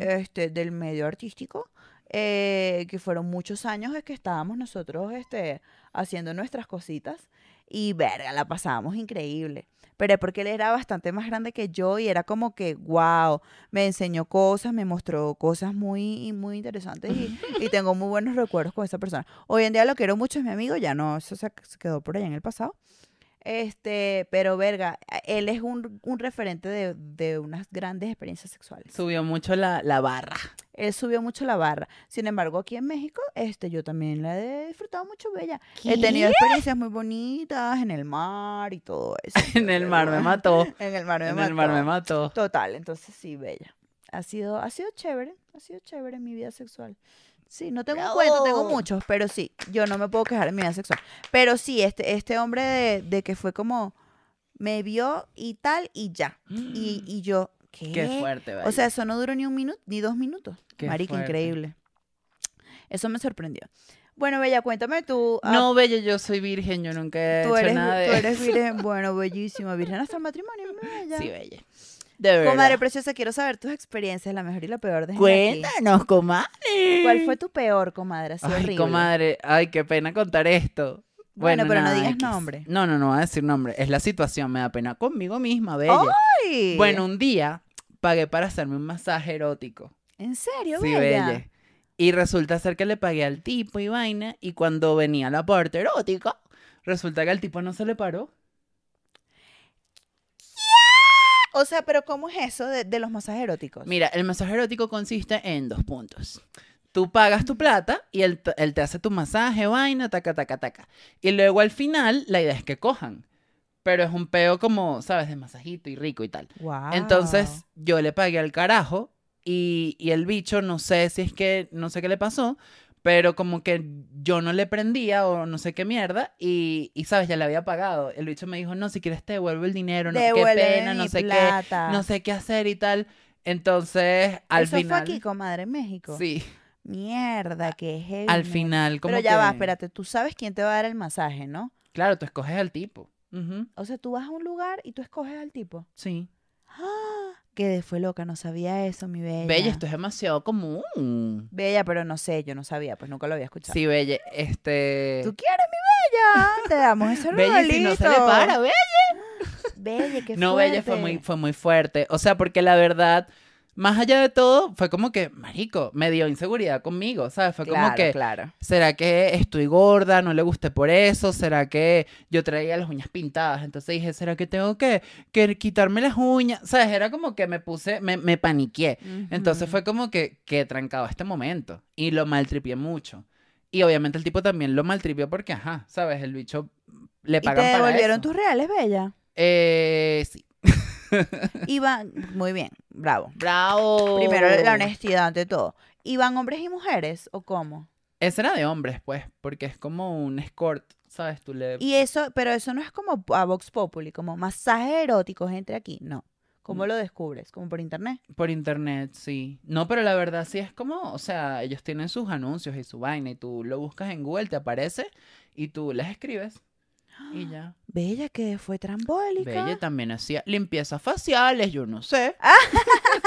C: este, del medio artístico, eh, que fueron muchos años es que estábamos nosotros, este, haciendo nuestras cositas y verga, la pasábamos increíble. Pero es porque él era bastante más grande que yo y era como que, wow, me enseñó cosas, me mostró cosas muy, muy interesantes y, y tengo muy buenos recuerdos con esa persona. Hoy en día lo quiero mucho, es mi amigo, ya no, eso se se quedó por allá en el pasado. Este, pero verga, él es un, un referente de, de unas grandes experiencias sexuales
B: Subió mucho la, la barra.
C: él eh, subió mucho la barra. Sin embargo, aquí en México, este, yo también la he disfrutado mucho, Bella. He tenido experiencias muy bonitas en el mar y todo eso.
B: En el mar me mató.
C: En el mar me
B: en
C: mató.
B: el mar me mató.
C: Total, entonces sí, Bella. Ha sido, ha sido chévere, ha sido chévere mi vida sexual. Sí, no tengo un cuento, tengo
B: Bravo.
C: muchos, pero sí, yo no me puedo quejar de mi vida sexual. Pero sí, este, este hombre de, de que fue como, me vio y tal y ya. Y, y yo, ¿qué?
B: Qué fuerte,
C: O
B: vale.
C: sea, eso no duró ni un minuto, ni dos minutos.
B: Qué
C: Marica,
B: fuerte.
C: increíble. Eso me sorprendió. Bueno, Bella, cuéntame tú. ah,
B: No, bella, yo soy virgen, yo nunca he
C: tú
B: hecho
C: eres,
B: nada de
C: tú eres virgen. Bueno, bellísima. Virgen hasta el matrimonio, mi Bella.
B: Sí, bella. De verdad.
C: Comadre preciosa, quiero saber tus experiencias, la mejor y la peor. de
B: Cuéntanos, comadre.
C: ¿Cuál fue tu peor, comadre? Así
B: Ay,
C: horrible.
B: comadre, ay, qué pena contar esto.
C: Bueno, pero no
B: nada,
C: digas
B: X.
C: nombre.
B: No, no, no voy a decir nombre. Es la situación, me da pena conmigo misma, bella.
C: Ay,
B: Bueno, un día pagué para hacerme un masaje erótico.
C: ¿En serio,
B: Sí,
C: Bella?
B: bella. Y resulta ser que le pagué al tipo y vaina. Y cuando venía la parte erótica, resulta que al tipo no se le paró.
C: O sea, pero ¿cómo es eso de, de los masajes eróticos?
B: Mira, el masaje erótico consiste en dos puntos. Tú pagas tu plata y él, t- él te hace tu masaje, vaina, taca, taca, taca. Y luego al final, la idea es que cojan. Pero es un peo como, ¿sabes? De masajito y rico y tal.
C: Guau.
B: Entonces yo le pagué al carajo y, y el bicho, no sé si es que, no sé qué le pasó, pero como que yo no le prendía o no sé qué mierda y, y sabes, ya le había pagado. El bicho me dijo, no, si quieres te devuelvo el dinero, no,
C: Devuélveme
B: qué pena, no
C: mi
B: sé
C: plata.
B: qué, no sé qué hacer y tal. Entonces, al
C: Ah. Eso
B: final...
C: fue aquí, comadre, en México.
B: Sí,
C: Mierda, qué heavy.
B: al
C: marica.
B: final como
C: eh, Pero ya va,
B: que-
C: espérate, tú sabes quién te va a dar el masaje, ¿no?
B: Claro, tú escoges al tipo. Ujú,
C: O sea, tú vas a un lugar y tú escoges al tipo.
B: Sí.
C: ¡Ah! que fue loca, no sabía eso, mi bella.
B: Bella, esto es demasiado común.
C: Bella, pero no sé, yo no sabía, pues nunca lo había escuchado.
B: Sí, Bella, este...
C: ¿Tú quieres, mi bella? Te damos ese
B: Bella, si no se le
C: regalito.
B: para, Bella.
C: Bella, qué
B: No, Bella fue muy,
C: fuerte.
B: fue muy fuerte. O sea, porque la verdad, más allá de todo, fue como que, marico, me dio inseguridad conmigo, ¿sabes? Fue
C: Claro,
B: como que,
C: claro.
B: ¿será que estoy gorda? ¿No le gusté por eso? ¿Será que yo traía las uñas pintadas? Entonces dije, ¿será que tengo que, que quitarme las uñas? ¿Sabes? Era como que me puse, me, me paniqué. Entonces
C: Ujú.
B: fue como que, que trancado este momento. Y lo maltripié mucho. Y obviamente el tipo también lo maltripió porque, ajá, ¿sabes? El bicho le
C: ¿Y te
B: pagan para
C: devolvieron
B: eso.
C: tus reales, Bella?
B: Eh, sí.
C: Iván, muy bien, bravo.
B: ¡Bravo!
C: Primero la honestidad ante todo. ¿Iban hombres y mujeres o cómo?
B: Ese era de hombres, pues, porque es como un escort, ¿sabes? Tú le...
C: Y eso, pero eso no es como a Vox Populi, como masaje erótico, gente aquí, no. ¿Cómo
B: Mm.
C: lo descubres? ¿Como por internet?
B: Por internet, sí. No, pero la verdad sí es como, o sea, ellos tienen sus anuncios y su vaina y tú lo buscas en Google, te aparece y tú les escribes y ya.
C: Bella que fue trambólica.
B: Bella también hacía limpiezas faciales, yo no sé.
C: Ah.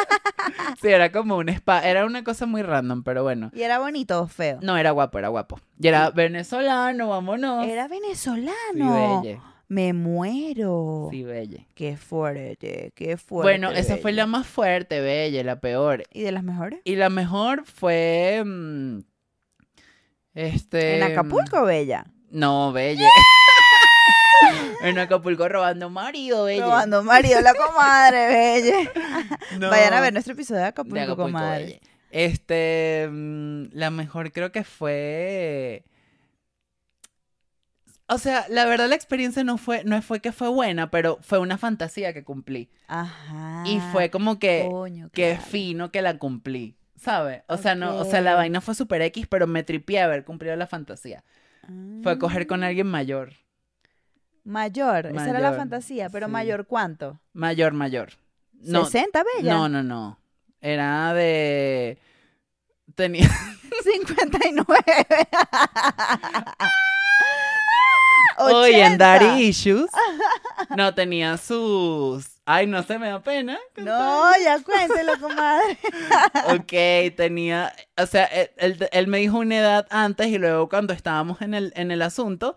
B: sí, era como un spa, era una cosa muy random, pero bueno.
C: ¿Y era bonito o feo?
B: No, era guapo, era guapo. Y era venezolano, vámonos.
C: Era
B: Sí,
C: venezolano.
B: Belle,
C: Me muero.
B: sí, Belle.
C: Qué fuerte, qué fuerte.
B: Bueno, esa fue
C: Bella.
B: la más fuerte, Belle, la peor.
C: ¿Y de las mejores?
B: Y la mejor fue. mm, Este.
C: ¿En
B: mm,
C: Acapulco, Bella?
B: No, Belle. en Acapulco robando marido, Belle.
C: Robando marido la comadre, Belle.
B: No,
C: Vayan a ver nuestro episodio de Acapulco,
B: de Acapulco,
C: comadre.
B: Belle. Este. mm, La mejor creo que fue. O sea, la verdad la experiencia no fue, no fue que fue buena, pero fue una fantasía que cumplí.
C: Ajá.
B: y fue como que.
C: Coño,
B: Qué
C: claro.
B: fino que la cumplí, ¿sabes? O sea, no, o sea, la
C: Ok.
B: vaina fue super X, pero me tripié haber cumplido la fantasía. Fue coger con
C: Ah.
B: alguien mayor,
C: Mayor, esa era la
B: Mayor,
C: fantasía, pero
B: sí.
C: mayor cuánto?
B: mayor, mayor. No,
C: 60, bella.
B: no, no, no. Era de tenía
C: 59.
B: hoy en
C: 80.
B: Daddy Issues. No tenía sus Ay, no se me da pena.
C: No, ya cuéntelo, comadre.
B: Ok, tenía, o sea, él, él- él me dijo una edad antes y luego cuando estábamos en el, en el asunto,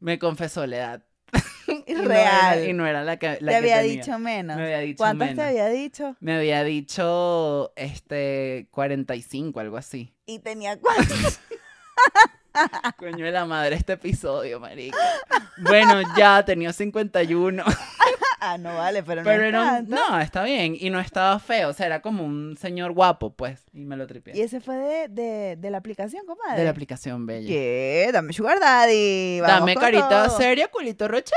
B: me confesó la edad. Y no era-
C: Real.
B: y no era la que, la
C: te
B: que
C: había
B: tenía.
C: dicho menos.
B: Me había dicho
C: ¿Cuántas te
B: menos.
C: había dicho?
B: Me había dicho, este, 45, algo así.
C: Y tenía cuántas.
B: Coño de la madre este episodio, marica. Bueno, ya tenía 51,
C: ah, no vale, pero,
B: pero
C: no es
B: era un-
C: tanto.
B: no, está bien y no estaba feo, o sea, era como un señor guapo, pues, y me lo tripié.
C: Y ese fue de, de, de la aplicación, comadre.
B: De la aplicación bella.
C: ¿Qué? Dame Sugar Daddy. vamos
B: Dame
C: con
B: carita
C: todo.
B: seria, culito roche.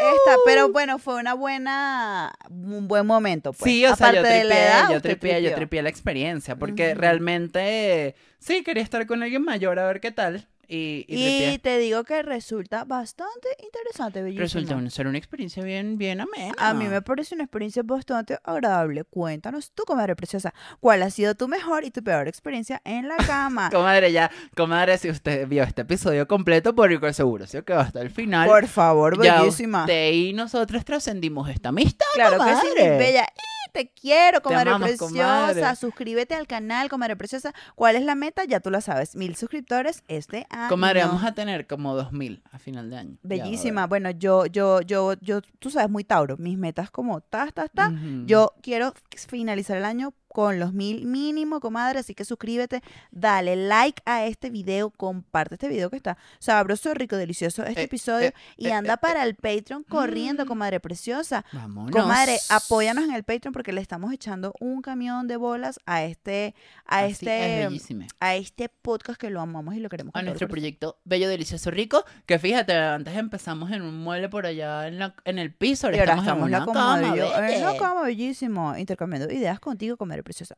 C: Esta, pero bueno, fue una buena, un buen momento. Pues.
B: Sí, o sea,
C: Aparte
B: yo
C: de la
B: tripié,
C: edad,
B: yo
C: usted
B: tripié, yo
C: tripió.
B: tripié la experiencia, porque
C: Ujú.
B: realmente sí quería estar con alguien mayor a ver qué tal y, y tripié.
C: Y te digo que resulta bastante interesante, bellísimo.
B: Resultó un- ser una experiencia bien, bien amena.
C: A mí me parece una experiencia bastante agradable. Cuéntanos tú, comadre preciosa, ¿cuál ha sido tu mejor y tu peor experiencia en la cama?
B: Comadre, ya, comadre, si usted vio este episodio completo, por el seguro, se quedó hasta el final.
C: Por favor,
B: Ya
C: bellísima.
B: usted y nosotros trascendimos esta amistad.
C: Claro que sí, mi
B: comadre.
C: bella. Y Te quiero, comadre
B: amamos,
C: preciosa.
B: comadre.
C: Suscríbete al canal, comadre preciosa. ¿Cuál es la meta? Ya tú la sabes. Mil suscriptores este año.
B: Comadre, vamos a tener como 2000 a final de año. Ya va a
C: Bellísima. Bueno, yo, yo, yo, yo, tú sabes, muy Tauro. Mis metas como tas, tas,
B: ver.
C: tas.
B: Ujú.
C: Yo quiero finalizar el año con los mil mínimo, comadre, así que suscríbete, dale like a este video, comparte este video que está sabroso, rico, delicioso este
B: Eh,
C: episodio
B: eh,
C: y
B: eh,
C: anda
B: eh, Mm.
C: para el Patreon corriendo, comadre preciosa.
B: Vámonos.
C: Comadre, apóyanos en el Patreon porque le estamos echando un camión de bolas a este a
B: Así es,
C: este
B: bellísima.
C: a este podcast que lo amamos y lo queremos
B: a
C: con todo el
B: nuestro
C: corazón.
B: proyecto Bello, Delicioso, Rico, que fíjate, antes empezamos en un mueble por allá en, la- en el piso, ahora,
C: Y ahora
B: estamos,
C: estamos
B: en
C: la
B: una
C: comadre
B: cama,
C: y yo, en la
B: belle.
C: cama, bellísimo, intercambiando ideas contigo, comadre preciosa.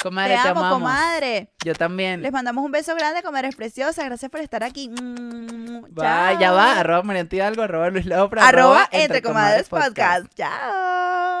B: Comadre, te,
C: te amo,
B: amamos.
C: comadre.
B: Yo también.
C: Les mandamos un beso grande, comadres preciosas. Gracias por estar aquí. Mm,
B: Va,
C: chao.
B: ya va, arroba Mariantidalgo, arroba Luis Lopra,
C: Arroba entre comadres podcast. Chao.